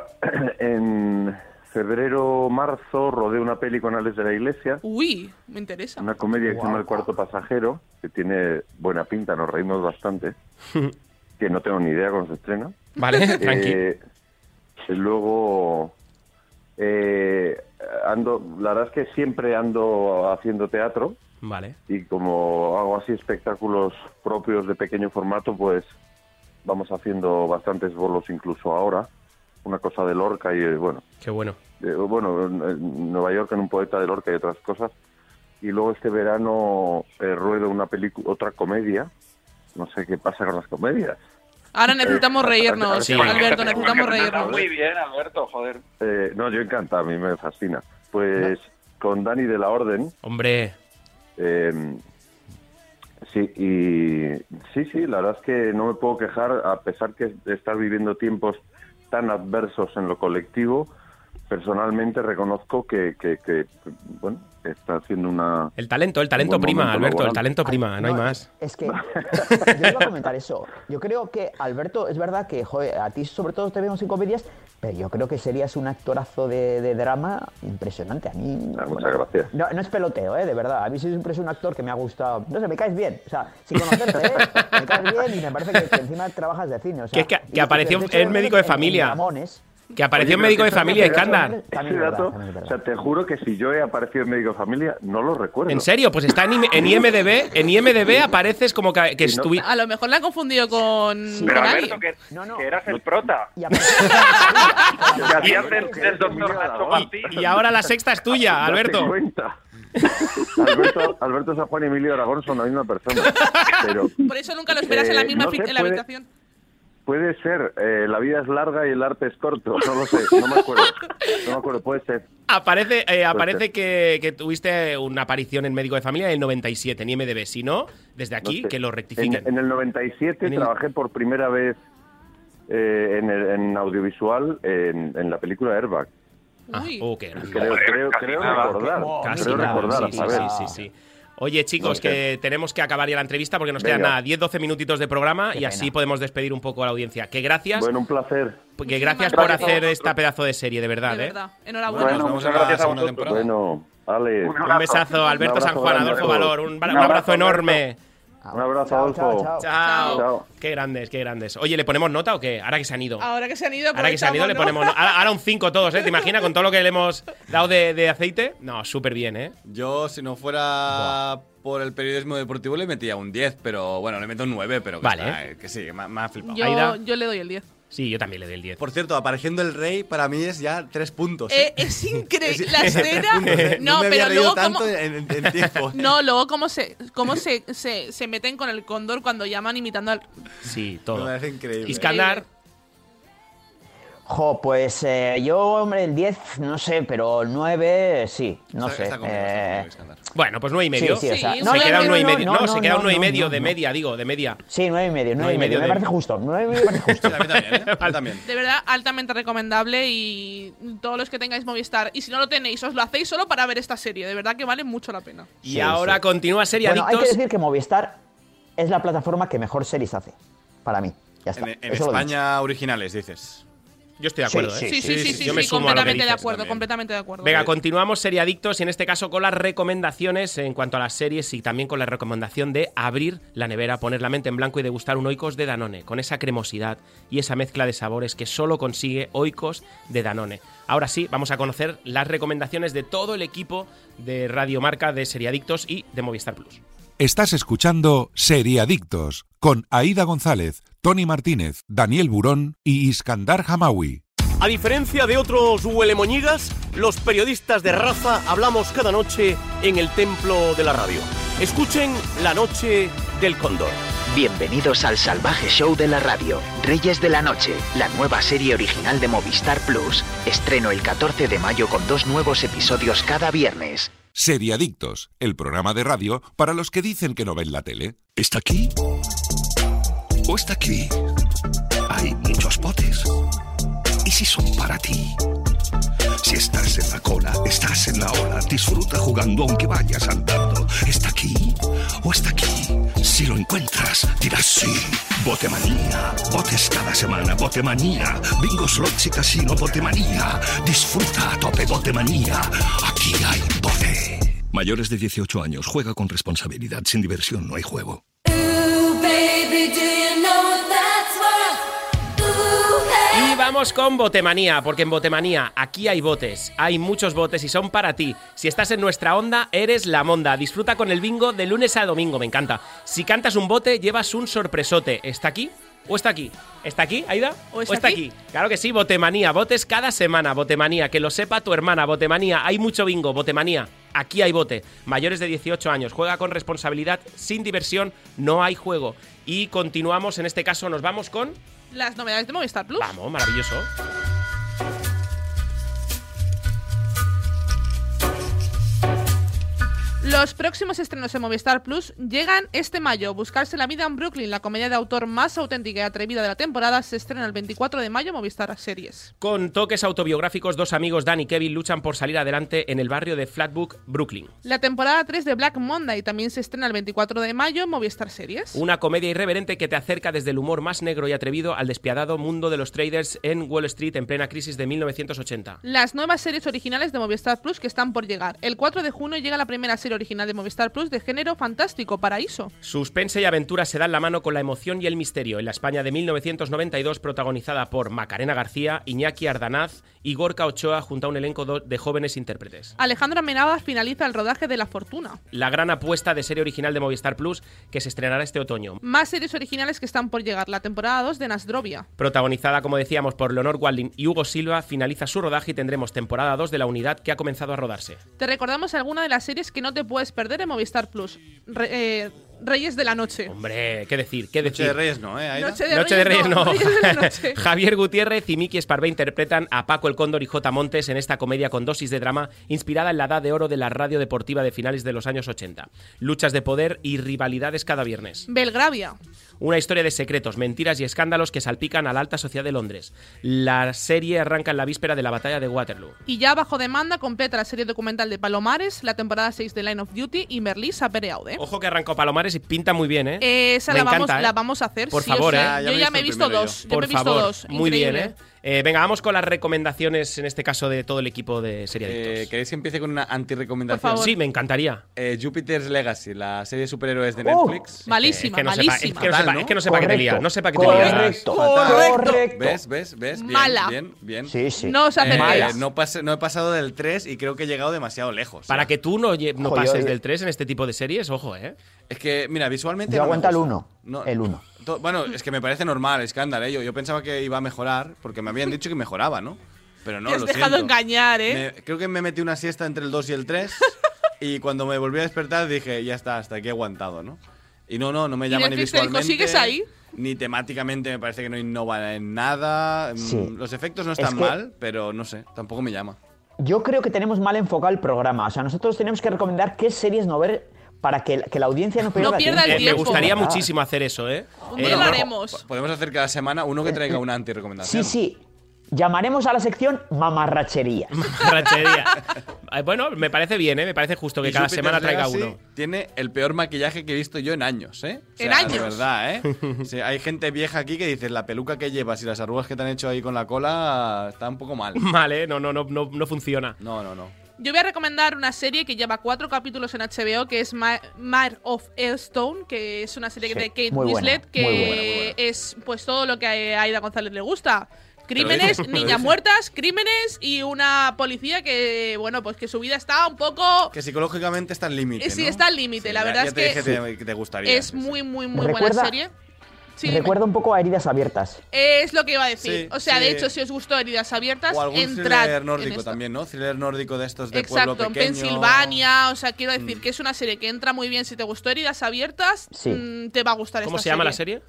S18: en febrero, marzo rodé una peli con Alex de la Iglesia,
S4: Uy, me interesa.
S18: una comedia que se llama El Cuarto Pasajero, que tiene buena pinta, nos reímos bastante, que no tengo ni idea cuándo se estrena.
S2: Vale, tranqui.
S18: Eh, luego, eh, ando, la verdad es que siempre ando haciendo teatro
S2: Vale.
S18: y como hago así espectáculos propios de pequeño formato, pues vamos haciendo bastantes bolos incluso ahora. Una cosa de Lorca y eh, bueno,
S2: Qué bueno.
S18: eh, bueno, en, en Nueva York en un poeta de Lorca y otras cosas. Y luego este verano eh, ruedo una película, otra comedia. No sé qué pasa con las comedias.
S4: Ahora necesitamos reírnos,
S18: Sí.
S4: Alberto, necesitamos
S19: Está
S4: reírnos.
S19: muy bien, Alberto, joder.
S18: Eh, no, yo encanta, a mí me fascina. Pues con Dani de la Orden. em,
S2: Hombre.
S18: sí, y sí, sí, la verdad es que no me puedo quejar, a pesar que de estar viviendo tiempos tan adversos en lo colectivo, personalmente reconozco que, que, que, bueno, está haciendo una...
S2: El talento, el talento
S18: Un buen
S2: prima,
S18: momento
S2: Alberto, el
S18: laboral.
S2: talento prima, Ah, no hay
S18: No,
S2: más.
S5: Es que yo iba a comentar eso. Yo creo que, Alberto, es verdad que joder, a ti sobre todo te vemos en comedias, pero yo creo que serías un actorazo de, de drama impresionante. A mí.
S18: Ah, muchas gracias.
S5: No, no es peloteo, ¿eh? de verdad. A mí sí siempre es un actor que me ha gustado. No sé, me caes bien. O sea, sin conocerte, ¿eh? me caes bien y me parece que, que encima trabajas de cine. O sea,
S2: Que es que-
S5: y
S2: que apareció-
S5: de hecho,
S2: es médico de
S5: en- en
S2: familia.
S5: Ramones.
S2: Que apareció
S18: Oye,
S2: en
S18: pero
S2: médico de
S18: ese dato-
S2: familia,
S18: ese dato-
S2: Escándar.
S18: Ese dato, o sea, te juro que si yo he aparecido en médico de familia, no lo recuerdo.
S2: ¿En serio? Pues está en, im- en IMDB, en IMDB apareces como que, que
S18: Sí, ¿no?
S2: estuvi-
S4: A lo mejor la han confundido con,
S19: Pero
S4: con
S19: Alberto,
S4: alguien.
S19: que, que eras el prota.
S18: Que
S19: hacías del, del doctor Nacho Martín.
S2: Y ahora la sexta es tuya,
S18: Date
S2: Alberto.
S18: cuenta. Alberto, Alberto San Juan y Emilio Aragón son la misma persona. Pero
S4: Por eso nunca lo esperas en la
S18: Eh,
S4: misma
S18: no
S4: fi-
S18: se
S4: en la
S18: puede-
S4: habitación.
S18: puede ser, eh, la vida es larga y el arte es corto. No lo sé, no me acuerdo. No me acuerdo, puede ser.
S2: Aparece, eh, aparece
S18: ser.
S2: que, que tuviste una aparición en Médico de Familia en el 97, en IMDB. Si no, desde aquí,
S18: sé.
S2: que lo
S18: En,
S2: rectifiquen.
S18: en el 97
S2: En el-
S18: trabajé por primera vez eh, en, el- en audiovisual en, en la película Airbag.
S2: Ah, oh, qué grande.
S18: Creo, creo, creo recordar.
S2: Casi
S18: creo
S2: nada,
S18: recordar,
S2: sí,
S18: a ver.
S2: sí, sí, sí, sí. Oye, chicos,
S18: No sé.
S2: que tenemos que acabar ya la entrevista porque nos quedan
S18: Venga.
S2: nada, 10-12 minutitos de programa y
S18: pena.
S2: así podemos despedir un poco a la audiencia. Que gracias,
S18: Bueno, un placer.
S2: que gracias por
S4: gracias.
S2: hacer esta pedazo de serie, de verdad,
S4: De
S2: ¿eh?
S4: verdad. Enhorabuena.
S2: Bueno, muchas gracias a vosotros.
S18: Bueno, Ale.
S2: Un abrazo. besazo, Alberto
S18: Un abrazo
S2: San Juan,
S18: grande a
S2: Adolfo
S18: todos.
S2: Valor, un- un abrazo enorme.
S18: Un abrazo, Adolfo.
S2: Chao. Qué grandes, qué grandes. Oye, ¿le ponemos nota o qué? Ahora que se han ido.
S4: Ahora que se han ido,
S2: Ahora que se han ido, le
S4: aprovechamos,
S2: ponemos.
S4: ¿no?
S2: no- Ahora, ahora un 5 todos, ¿eh? ¿Te imaginas con todo lo que le hemos dado de, de aceite? No, súper bien, ¿eh?
S3: Yo, si no fuera por el periodismo deportivo, le metía un 10, pero bueno, le meto un 9, pero que,
S2: Vale.
S3: está, eh, que sí, que me, ha- me ha flipado.
S4: Yo, yo le doy el 10.
S2: Sí, yo también le doy el 10.
S3: Por cierto, apareciendo el rey, para mí es ya 3 puntos.
S2: Pues
S3: ¿eh?
S4: Eh, es increíble.
S3: Es-
S4: La
S3: tres
S4: escena.
S3: puntos, ¿eh?
S4: No,
S3: me
S4: pero
S3: había reído
S4: luego.
S3: tanto
S4: cómo-
S3: en, en- en tiempo. ¿eh?
S4: No, luego cómo se, cómo se, se, se meten con el cóndor cuando llaman imitando al.
S2: Sí, todo.
S3: Me parece increíble.
S2: Iskandar.
S5: Jo, pues eh, yo, hombre, el 10, no sé, pero el 9, sí, no
S2: Está-
S5: sé.
S2: está conmigo,
S5: eh,
S2: Bueno, pues 9 y medio.
S5: Sí, sí, o sea, Sí,
S2: se
S5: no,
S2: queda
S5: no,
S2: un 9 y
S5: no,
S2: medio.
S5: no,
S2: No,
S5: no,
S2: se queda
S5: no,
S2: un 9 y
S5: no,
S2: medio
S5: no,
S2: de
S5: no.
S2: media, digo, de media.
S5: Sí, 9 y medio, 9 y medio, me
S2: de-
S5: parece justo. 9 y medio me parece justo.
S3: también.
S4: De verdad, altamente recomendable y todos los que tengáis Movistar. Y si no lo tenéis, os lo hacéis solo para ver esta serie. De verdad que vale mucho la pena.
S2: Y ahora continúa Serie
S5: bueno, Hay
S2: Adictos.
S5: que decir que Movistar es la plataforma que mejor series hace, para mí. Ya está.
S3: En,
S2: e-
S3: en
S5: Eso lo digo.
S3: España originales, dices.
S2: Yo estoy
S5: de acuerdo, Sí, ¿eh?
S4: Sí, sí, sí, sí,
S2: yo me
S4: sí,
S2: sumo a lo que
S4: completamente de
S2: dices
S4: acuerdo,
S2: también.
S4: completamente de acuerdo.
S2: Venga, continuamos Serie Adictos y en este caso con las recomendaciones en cuanto a las series y también con la recomendación de abrir la nevera, poner la mente en blanco y degustar un Oikos de Danone, con esa cremosidad y esa mezcla de sabores que solo consigue Oikos de Danone. Ahora sí, vamos a conocer las recomendaciones de todo el equipo de Radio Marca, de Serie Adictos y de Movistar Plus.
S1: Estás escuchando Seriadictos con Aida González, Tony Martínez, Daniel Burón y Iskandar Hamawi.
S9: A diferencia de otros huelemoñigas, los periodistas de raza hablamos cada noche en el templo de la radio. Escuchen La Noche del Cóndor.
S7: Bienvenidos al salvaje show de la radio, Reyes de la Noche, la nueva serie original de Movistar Plus. Estreno el 14 de mayo con dos nuevos episodios cada viernes.
S1: Seriadictos, el programa de radio para los que dicen que no ven la tele.
S8: ¿Está aquí? ¿O está aquí? Hay muchos botes. ¿Y si son para ti? Si estás en la cola, estás en la ola, disfruta jugando aunque vayas andando. ¿Está aquí o está aquí? Si lo encuentras, dirás sí. Botemanía, botes cada semana, botemanía, bingo slots y casino, botemanía. Disfruta a tope, botemanía. Aquí hay bote. Mayores de 18 años, juega con responsabilidad, sin diversión no hay juego.
S2: Y vamos con Botemanía, porque en Botemanía aquí hay botes, hay muchos botes y son para ti. Si estás en nuestra onda, eres la monda. Disfruta con el bingo de lunes a domingo, me encanta. Si cantas un bote, llevas un sorpresote. ¿Está aquí? ¿O está aquí? ¿Está aquí, Aida?
S4: ¿O está aquí?
S2: Claro que sí, Botemanía, botes cada semana, Botemanía, que lo sepa tu hermana, Botemanía, hay mucho bingo, Botemanía, aquí hay bote, mayores de 18 años, juega con responsabilidad, sin diversión, no hay juego. Y continuamos, en este caso nos vamos con...
S4: Las novedades de Movistar Plus.
S2: Vamos, maravilloso.
S4: Los próximos estrenos en Movistar Plus llegan este mayo. Buscarse la vida en Brooklyn, la comedia de autor más auténtica y atrevida de la temporada, se estrena el 24 de mayo en Movistar Series.
S2: Con toques autobiográficos, dos amigos, Dan y Kevin, luchan por salir adelante en el barrio de Flatbush, Brooklyn.
S4: La temporada 3 de Black Monday también se estrena el 24 de mayo en Movistar Series.
S2: Una comedia irreverente que te acerca desde el humor más negro y atrevido al despiadado mundo de los traders en Wall Street en plena crisis de 1980.
S4: Las nuevas series originales de Movistar Plus que están por llegar. El 4 de junio llega la primera serie original de Movistar Plus de género fantástico, Paraíso.
S2: Suspense y aventura se dan la mano con la emoción y el misterio en la España de 1992 protagonizada por Macarena García, Iñaki Ardanaz y Gorka Ochoa junto a un elenco do- de jóvenes intérpretes.
S4: Alejandro Amenábar finaliza el rodaje de La Fortuna.
S2: La gran apuesta de serie original de Movistar Plus que se estrenará este otoño.
S4: Más series originales que están por llegar. La temporada 2 de Nasdrovia.
S2: Protagonizada, como decíamos, por Leonor Walding y Hugo Silva, finaliza su rodaje y tendremos temporada 2 de la unidad que ha comenzado a rodarse.
S4: Te recordamos alguna de las series que no te puedes perder en Movistar Plus. Re- eh, Reyes de la Noche.
S2: Hombre, ¿qué decir? ¿Qué decir?
S3: de Reyes no, ¿eh? Aida?
S4: Noche de Reyes no, Reyes de la Noche.
S2: Javier Gutiérrez y Miki Esparvé interpretan a Paco el Cóndor y J. Montes en esta comedia con dosis de drama inspirada en la edad de oro de la radio deportiva de finales de los años 80. Luchas de poder y rivalidades cada viernes.
S4: Belgravia.
S2: Una historia de secretos, mentiras y escándalos que salpican a la alta sociedad de Londres. La serie arranca en la víspera de la batalla de Waterloo.
S4: Y ya bajo demanda completa la serie documental de Palomares, la temporada 6 de Line of Duty y Merlí Sapere Aude.
S2: ¿Eh? Ojo que arrancó Palomares y pinta muy bien, ¿eh?
S4: Esa la,
S2: Me encanta,
S4: vamos,
S2: ¿eh?
S4: la vamos a hacer.
S2: Por
S4: sí o
S2: favor,
S4: sí.
S2: ¿eh?
S4: Yo ya me he visto dos. Yo
S2: Por
S4: me he visto
S2: favor,
S4: dos.
S2: muy bien,
S4: Increíble.
S2: ¿eh? Eh, Venga, vamos con las recomendaciones en este caso de todo el equipo de Serie Adictos.
S3: Eh, ¿Queréis que empiece con una
S4: Por
S3: antirecomendación?
S4: favor.
S2: Sí, me encantaría.
S3: Eh, Jupiter's Legacy, la serie de superhéroes de
S5: Oh,
S3: Netflix.
S4: Malísima,
S2: Eh, Es que no sepa,
S4: malísima.
S2: es que no sepa,
S3: Fatal,
S2: es que no sepa que te
S5: Correcto.
S2: lía, no sepa que te lía.
S5: Correcto.
S3: Fatal.
S5: Correcto.
S3: ¿Ves? ¿Ves? ¿Ves? Bien,
S4: Mala.
S3: Bien, bien.
S5: Sí, sí.
S4: No os acerquéis.
S3: Eh, no, pasé- no he pasado del 3 y creo que he llegado demasiado lejos.
S2: Para que tú no, lle- no
S5: Ojo, yo-
S2: pases
S5: yo-
S2: del 3 en este tipo de series, ojo, ¿eh?
S3: Es que, mira, visualmente.
S5: Yo
S3: no me
S5: aguanta el
S3: gusta.
S5: 1.
S3: No,
S5: El 1.
S3: to- Bueno, es que me parece normal, escándalo. ¿eh? Yo, yo pensaba que iba a mejorar porque me habían dicho que mejoraba, ¿no? Pero no,
S4: Te has
S3: lo
S4: dejado
S3: siento.
S4: engañar, ¿eh?
S3: Me- creo que me metí una siesta entre el 2 y el 3 y cuando me volví a despertar dije, ya está, hasta aquí he aguantado, ¿no? Y no, no, no me
S4: Y
S3: llama ni
S4: Netflix te dijo,
S3: visualmente.
S4: "¿Sigues ahí?"
S3: Ni temáticamente me parece que no innova en nada. Mm,
S5: Sí.
S3: Los efectos no
S5: Es
S3: están
S5: que-
S3: mal, pero no sé, tampoco me llama.
S5: Yo creo que tenemos mal enfocado el programa. O sea, nosotros tenemos que recomendar qué series no ver para que, la- que la audiencia no pierda,
S4: No pierda el
S2: Eh, me
S4: tiempo.
S2: gustaría
S5: Ah.
S2: muchísimo hacer eso, ¿eh?
S4: Un
S2: Eh,
S4: día lo
S2: no-
S4: haremos.
S3: Podemos hacer cada semana uno que traiga una
S5: Sí,
S3: antirecomendación.
S5: sí. Llamaremos a la sección mamarrachería.
S2: Ranchería. Eh, bueno, me parece bien, ¿eh? Me parece justo que
S3: Y
S2: cada
S3: Jupiter's
S2: semana traiga
S3: Legacy
S2: uno.
S3: Tiene el peor maquillaje que he visto yo en años, ¿eh? O
S4: ¿En
S3: sea,
S4: años?
S3: De verdad, ¿eh? O sea, hay gente vieja aquí que dice, la peluca que llevas y las arrugas que te han hecho ahí con la cola está un poco mal.
S2: Vale, no, no, no, no, no funciona.
S3: No, no, no.
S4: Yo voy a recomendar una serie que lleva cuatro capítulos en HBO, que es Ma- Mare of Earthstone, que es una serie
S5: Sí,
S4: de Kate
S5: muy buena,
S4: Winslet, que
S5: muy buena, muy buena.
S4: es pues todo lo que a Aida González le gusta.
S3: lo
S4: Crímenes,
S3: dije, te lo
S4: niñas
S3: dije.
S4: muertas, crímenes y una policía que, bueno, pues que su vida está un poco...
S3: Que psicológicamente está al límite.
S4: Eh, sí,
S3: ¿no?
S4: está al límite, la
S3: ya-
S4: verdad
S3: ya
S4: es
S3: te
S4: que-
S3: dije te- que te gustaría.
S4: Es
S3: sí, sí.
S4: muy, muy, muy buena
S5: Recuerda-
S4: serie. Sí, dime.
S5: Recuerda un poco a heridas abiertas.
S4: Es lo que iba a decir.
S3: Sí,
S4: o sea,
S3: sí.
S4: de hecho, si os gustó Heridas Abiertas,
S3: O algún
S4: entrad
S3: thriller
S4: en
S3: nórdico
S4: esto.
S3: también, ¿no? Thriller nórdico de estos de
S4: Exacto,
S3: pueblo
S4: en
S3: pequeño.
S4: Pensilvania. O sea, quiero
S2: Mm.
S4: decir que es una serie que entra muy bien. Si te gustó Heridas Abiertas,
S5: Sí.
S4: mm, te va a gustar
S2: ¿Cómo
S4: esta
S2: se llama la serie?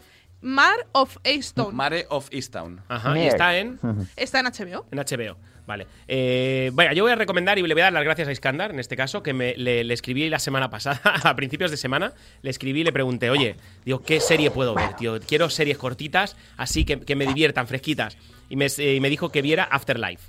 S4: Mar of Eastone.
S3: Mare of Easttown.
S2: Ajá, y
S5: Mierda.
S2: está en,
S4: Está en HBO.
S2: en HBO. Vale. Eh, vaya, yo voy a recomendar y le voy a dar las gracias a Iskandar, en este caso, que me, le, le escribí la semana pasada, a principios de semana, le escribí y le pregunté, oye, digo, ¿qué serie puedo ver, tío? Quiero series cortitas, así que, que me diviertan, fresquitas. Y me, eh, y me dijo que viera Afterlife.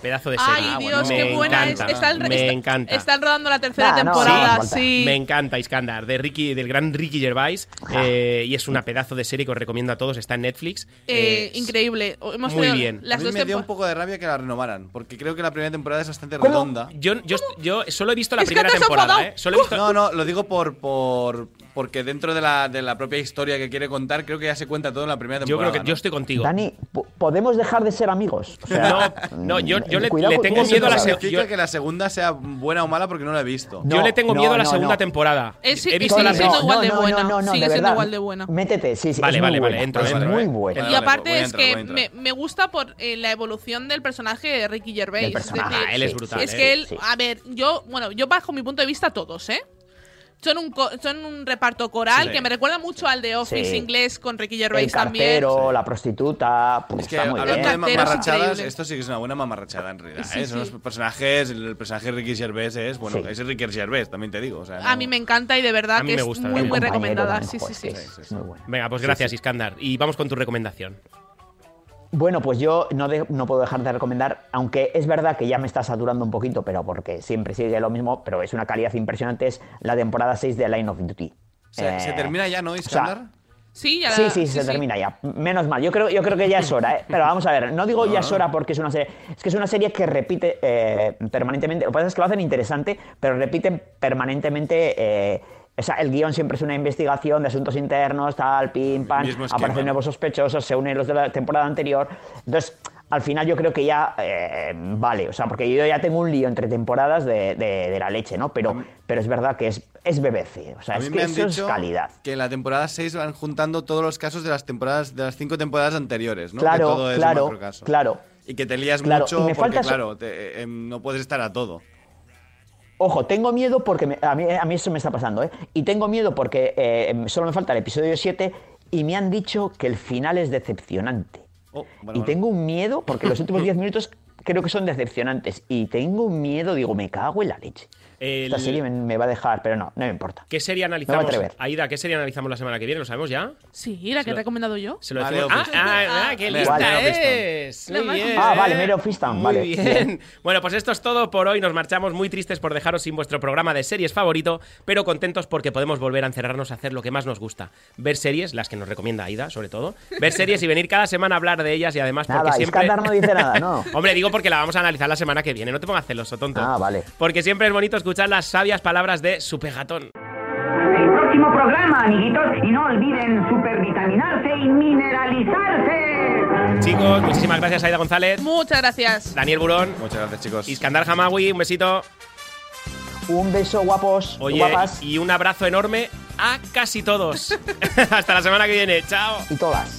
S2: Pedazo de serie.
S4: Ay,
S2: Ah, bueno,
S4: Dios,
S2: me
S4: qué buena es.
S2: encanta,
S4: Están,
S2: me
S4: está-
S2: encanta.
S4: están rodando la tercera temporada, sí.
S2: Me encanta Iskandar, de Ricky, del gran Ricky Gervais.
S4: Ah.
S2: eh, y es una pedazo de serie que os recomiendo a todos. Está en Netflix.
S4: Eh, increíble. O- Hemos
S2: muy
S4: tenido
S2: bien.
S4: Las
S3: a mí
S4: dos
S3: me dio
S4: tempo-
S3: un poco de rabia que la renovaran, porque creo que la primera temporada es bastante
S2: ¿Cómo?
S3: redonda.
S2: Yo, yo, yo solo he visto la
S3: Es que
S2: primera
S3: te has
S2: temporada,
S3: enfadado.
S2: ¿eh? Solo he visto-
S3: No, no, lo digo por, por porque dentro de la, de la propia historia que quiere contar, creo que ya se cuenta todo en la primera
S2: Yo
S3: temporada.
S2: creo que yo estoy contigo.
S5: Dani, po- podemos dejar de ser amigos. O sea,
S2: no, no, yo, yo
S5: mm,
S2: le,
S5: cuidado
S2: le
S5: con
S2: tengo
S5: tus
S2: miedo a la
S5: palabras.
S2: segunda. Yo,
S3: significa que la segunda sea buena o mala porque no la he visto.
S2: yo le tengo miedo a la segunda temporada.
S4: Es-
S2: he
S4: es-
S2: visto
S4: sigue
S2: la
S4: siendo
S2: primera.
S4: igual de
S5: no, no,
S4: buena.
S5: no, no,
S4: sigue
S5: de
S4: siendo
S5: verdad.
S4: igual de buena.
S5: Métete, sí, sí.
S2: Vale,
S5: es muy
S2: vale, vale,
S5: buena,
S2: entro,
S5: es
S2: entro,
S5: Muy
S2: eh.
S5: buena.
S4: y aparte es que me, me gusta por eh, la evolución del personaje de Ricky Gervais.
S2: Del personaje,
S4: decir,
S2: él es brutal,
S4: Es
S2: eh.
S4: que él,
S2: Sí.
S4: a ver, yo, bueno, yo bajo mi punto de vista todos, ¿eh? Son un, co- son un reparto coral
S5: Sí.
S4: que me recuerda mucho al de Office
S5: Sí.
S4: inglés con Ricky
S5: El
S4: Gervais también.
S5: cartero, la prostituta. pues,
S3: Es que
S5: está muy bien.
S3: hablando de
S4: Cartero es
S3: mamarrachadas,
S4: increíble.
S3: esto sí que es una buena mamarrachada en realidad.
S4: Sí,
S3: ¿eh? Son
S4: sí.
S3: los personajes, el personaje Ricky Gervais es, bueno,
S5: Sí.
S3: es Ricky Gervais, también te digo. O sea,
S4: A
S3: no-
S4: mí me encanta y de
S2: A
S4: verdad
S2: mí
S4: que
S2: me
S4: es
S2: gusta,
S4: muy,
S2: el
S4: muy
S2: compañero,
S4: recomendada.
S5: ¿no?
S4: Sí, sí, sí.
S2: Venga, pues
S5: Pues Sí,
S2: gracias,
S5: sí.
S2: Iskandar. Y vamos con tu recomendación.
S5: Bueno, pues yo no, de- no puedo dejar de recomendar, aunque es verdad que ya me está saturando un poquito, pero porque siempre sigue lo mismo, pero es una calidad impresionante, es la temporada 6 de Line of Duty.
S3: Se, se
S5: Eh,
S3: termina ya, ¿no,
S5: sea,
S3: Iskandar?
S4: Sí, ya
S5: Sí, sí, se termina ya. Menos mal. Yo creo, yo creo que ya es hora, ¿eh? Pero vamos a ver, no digo ya
S3: Ah.
S5: es hora porque es una serie. Es que es una serie que repite eh, permanentemente. Lo que pasa es que lo hacen interesante, pero repiten permanentemente. eh, o sea, el guión siempre es una investigación de asuntos internos, tal, pim, pam,
S3: Mismo esquema.
S5: aparecen nuevos sospechosos, se unen los de la temporada anterior. Entonces, al final yo creo que ya eh, vale, o sea, porque yo ya tengo un lío entre temporadas de, de- de la leche, ¿no? Pero, pero es verdad que es, es BBC, o sea,
S3: A
S5: es
S3: mí
S5: que
S3: me han
S5: eso es
S3: dicho
S5: calidad.
S3: que en la temporada 6 van juntando todos los casos de las temporadas de las cinco temporadas anteriores, ¿no?
S5: Claro,
S3: que todo es un
S5: claro,
S3: macrocaso.
S5: claro.
S3: Y que te lías
S5: Claro, y
S3: mucho
S5: me
S3: porque,
S5: falta so-
S3: claro, te- eh, em, no puedes estar a todo.
S5: Ojo, tengo miedo porque me- a, mí, a mí eso me está pasando, ¿eh? Y tengo miedo porque eh, solo me falta el episodio 7 y me han dicho que el final es decepcionante.
S3: Oh, bueno,
S5: y
S3: bueno.
S5: tengo un miedo porque los últimos 10 minutos creo que son decepcionantes. Y tengo un miedo, digo, me cago en la leche.
S2: El-
S5: Esta serie me, me va a dejar, pero no, no me importa.
S2: ¿Qué serie analizamos?
S5: atrever.
S2: Aida, ¿qué serie analizamos la semana que viene? ¿Lo sabemos ya?
S4: Sí, la que te he recomendado yo.
S2: Se lo
S3: Vale,
S2: decimos. Ah,
S3: Office.
S2: ah, ah, qué
S3: Ah,
S2: lista
S5: vale.
S2: es.
S4: Nada
S2: Muy
S4: más.
S2: bien.
S5: Ah, vale,
S2: ¿eh?
S5: Mero Fistan,
S2: Muy
S5: vale,
S2: bien.
S5: bien.
S2: Bueno, pues esto es todo por hoy. Nos marchamos muy tristes por dejaros sin vuestro programa de series favorito, pero contentos porque podemos volver a encerrarnos a hacer lo que más nos gusta. Ver series, las que nos recomienda Aida, sobre todo. Ver series y venir cada semana a hablar de ellas y además porque
S5: Nada,
S2: siempre...
S5: Iskandar no dice nada, no.
S2: Hombre, digo porque la vamos a analizar la semana que viene. No te pongas celoso, tonto.
S5: Ah, vale.
S2: Porque siempre es bonito escuchar las sabias palabras de Supergatón.
S21: El próximo programa, amiguitos, y no olviden supervitaminarse y mineralizarse.
S2: Chicos, muchísimas gracias Aida González,
S4: Muchas gracias.
S2: Daniel Burón,
S3: Muchas gracias, chicos.
S2: Iskandar Hamawi, un besito.
S5: Un beso, guapos,
S2: Oye,
S5: guapas
S2: y un abrazo enorme a casi todos. Hasta la semana que viene. Chao.
S5: y todas.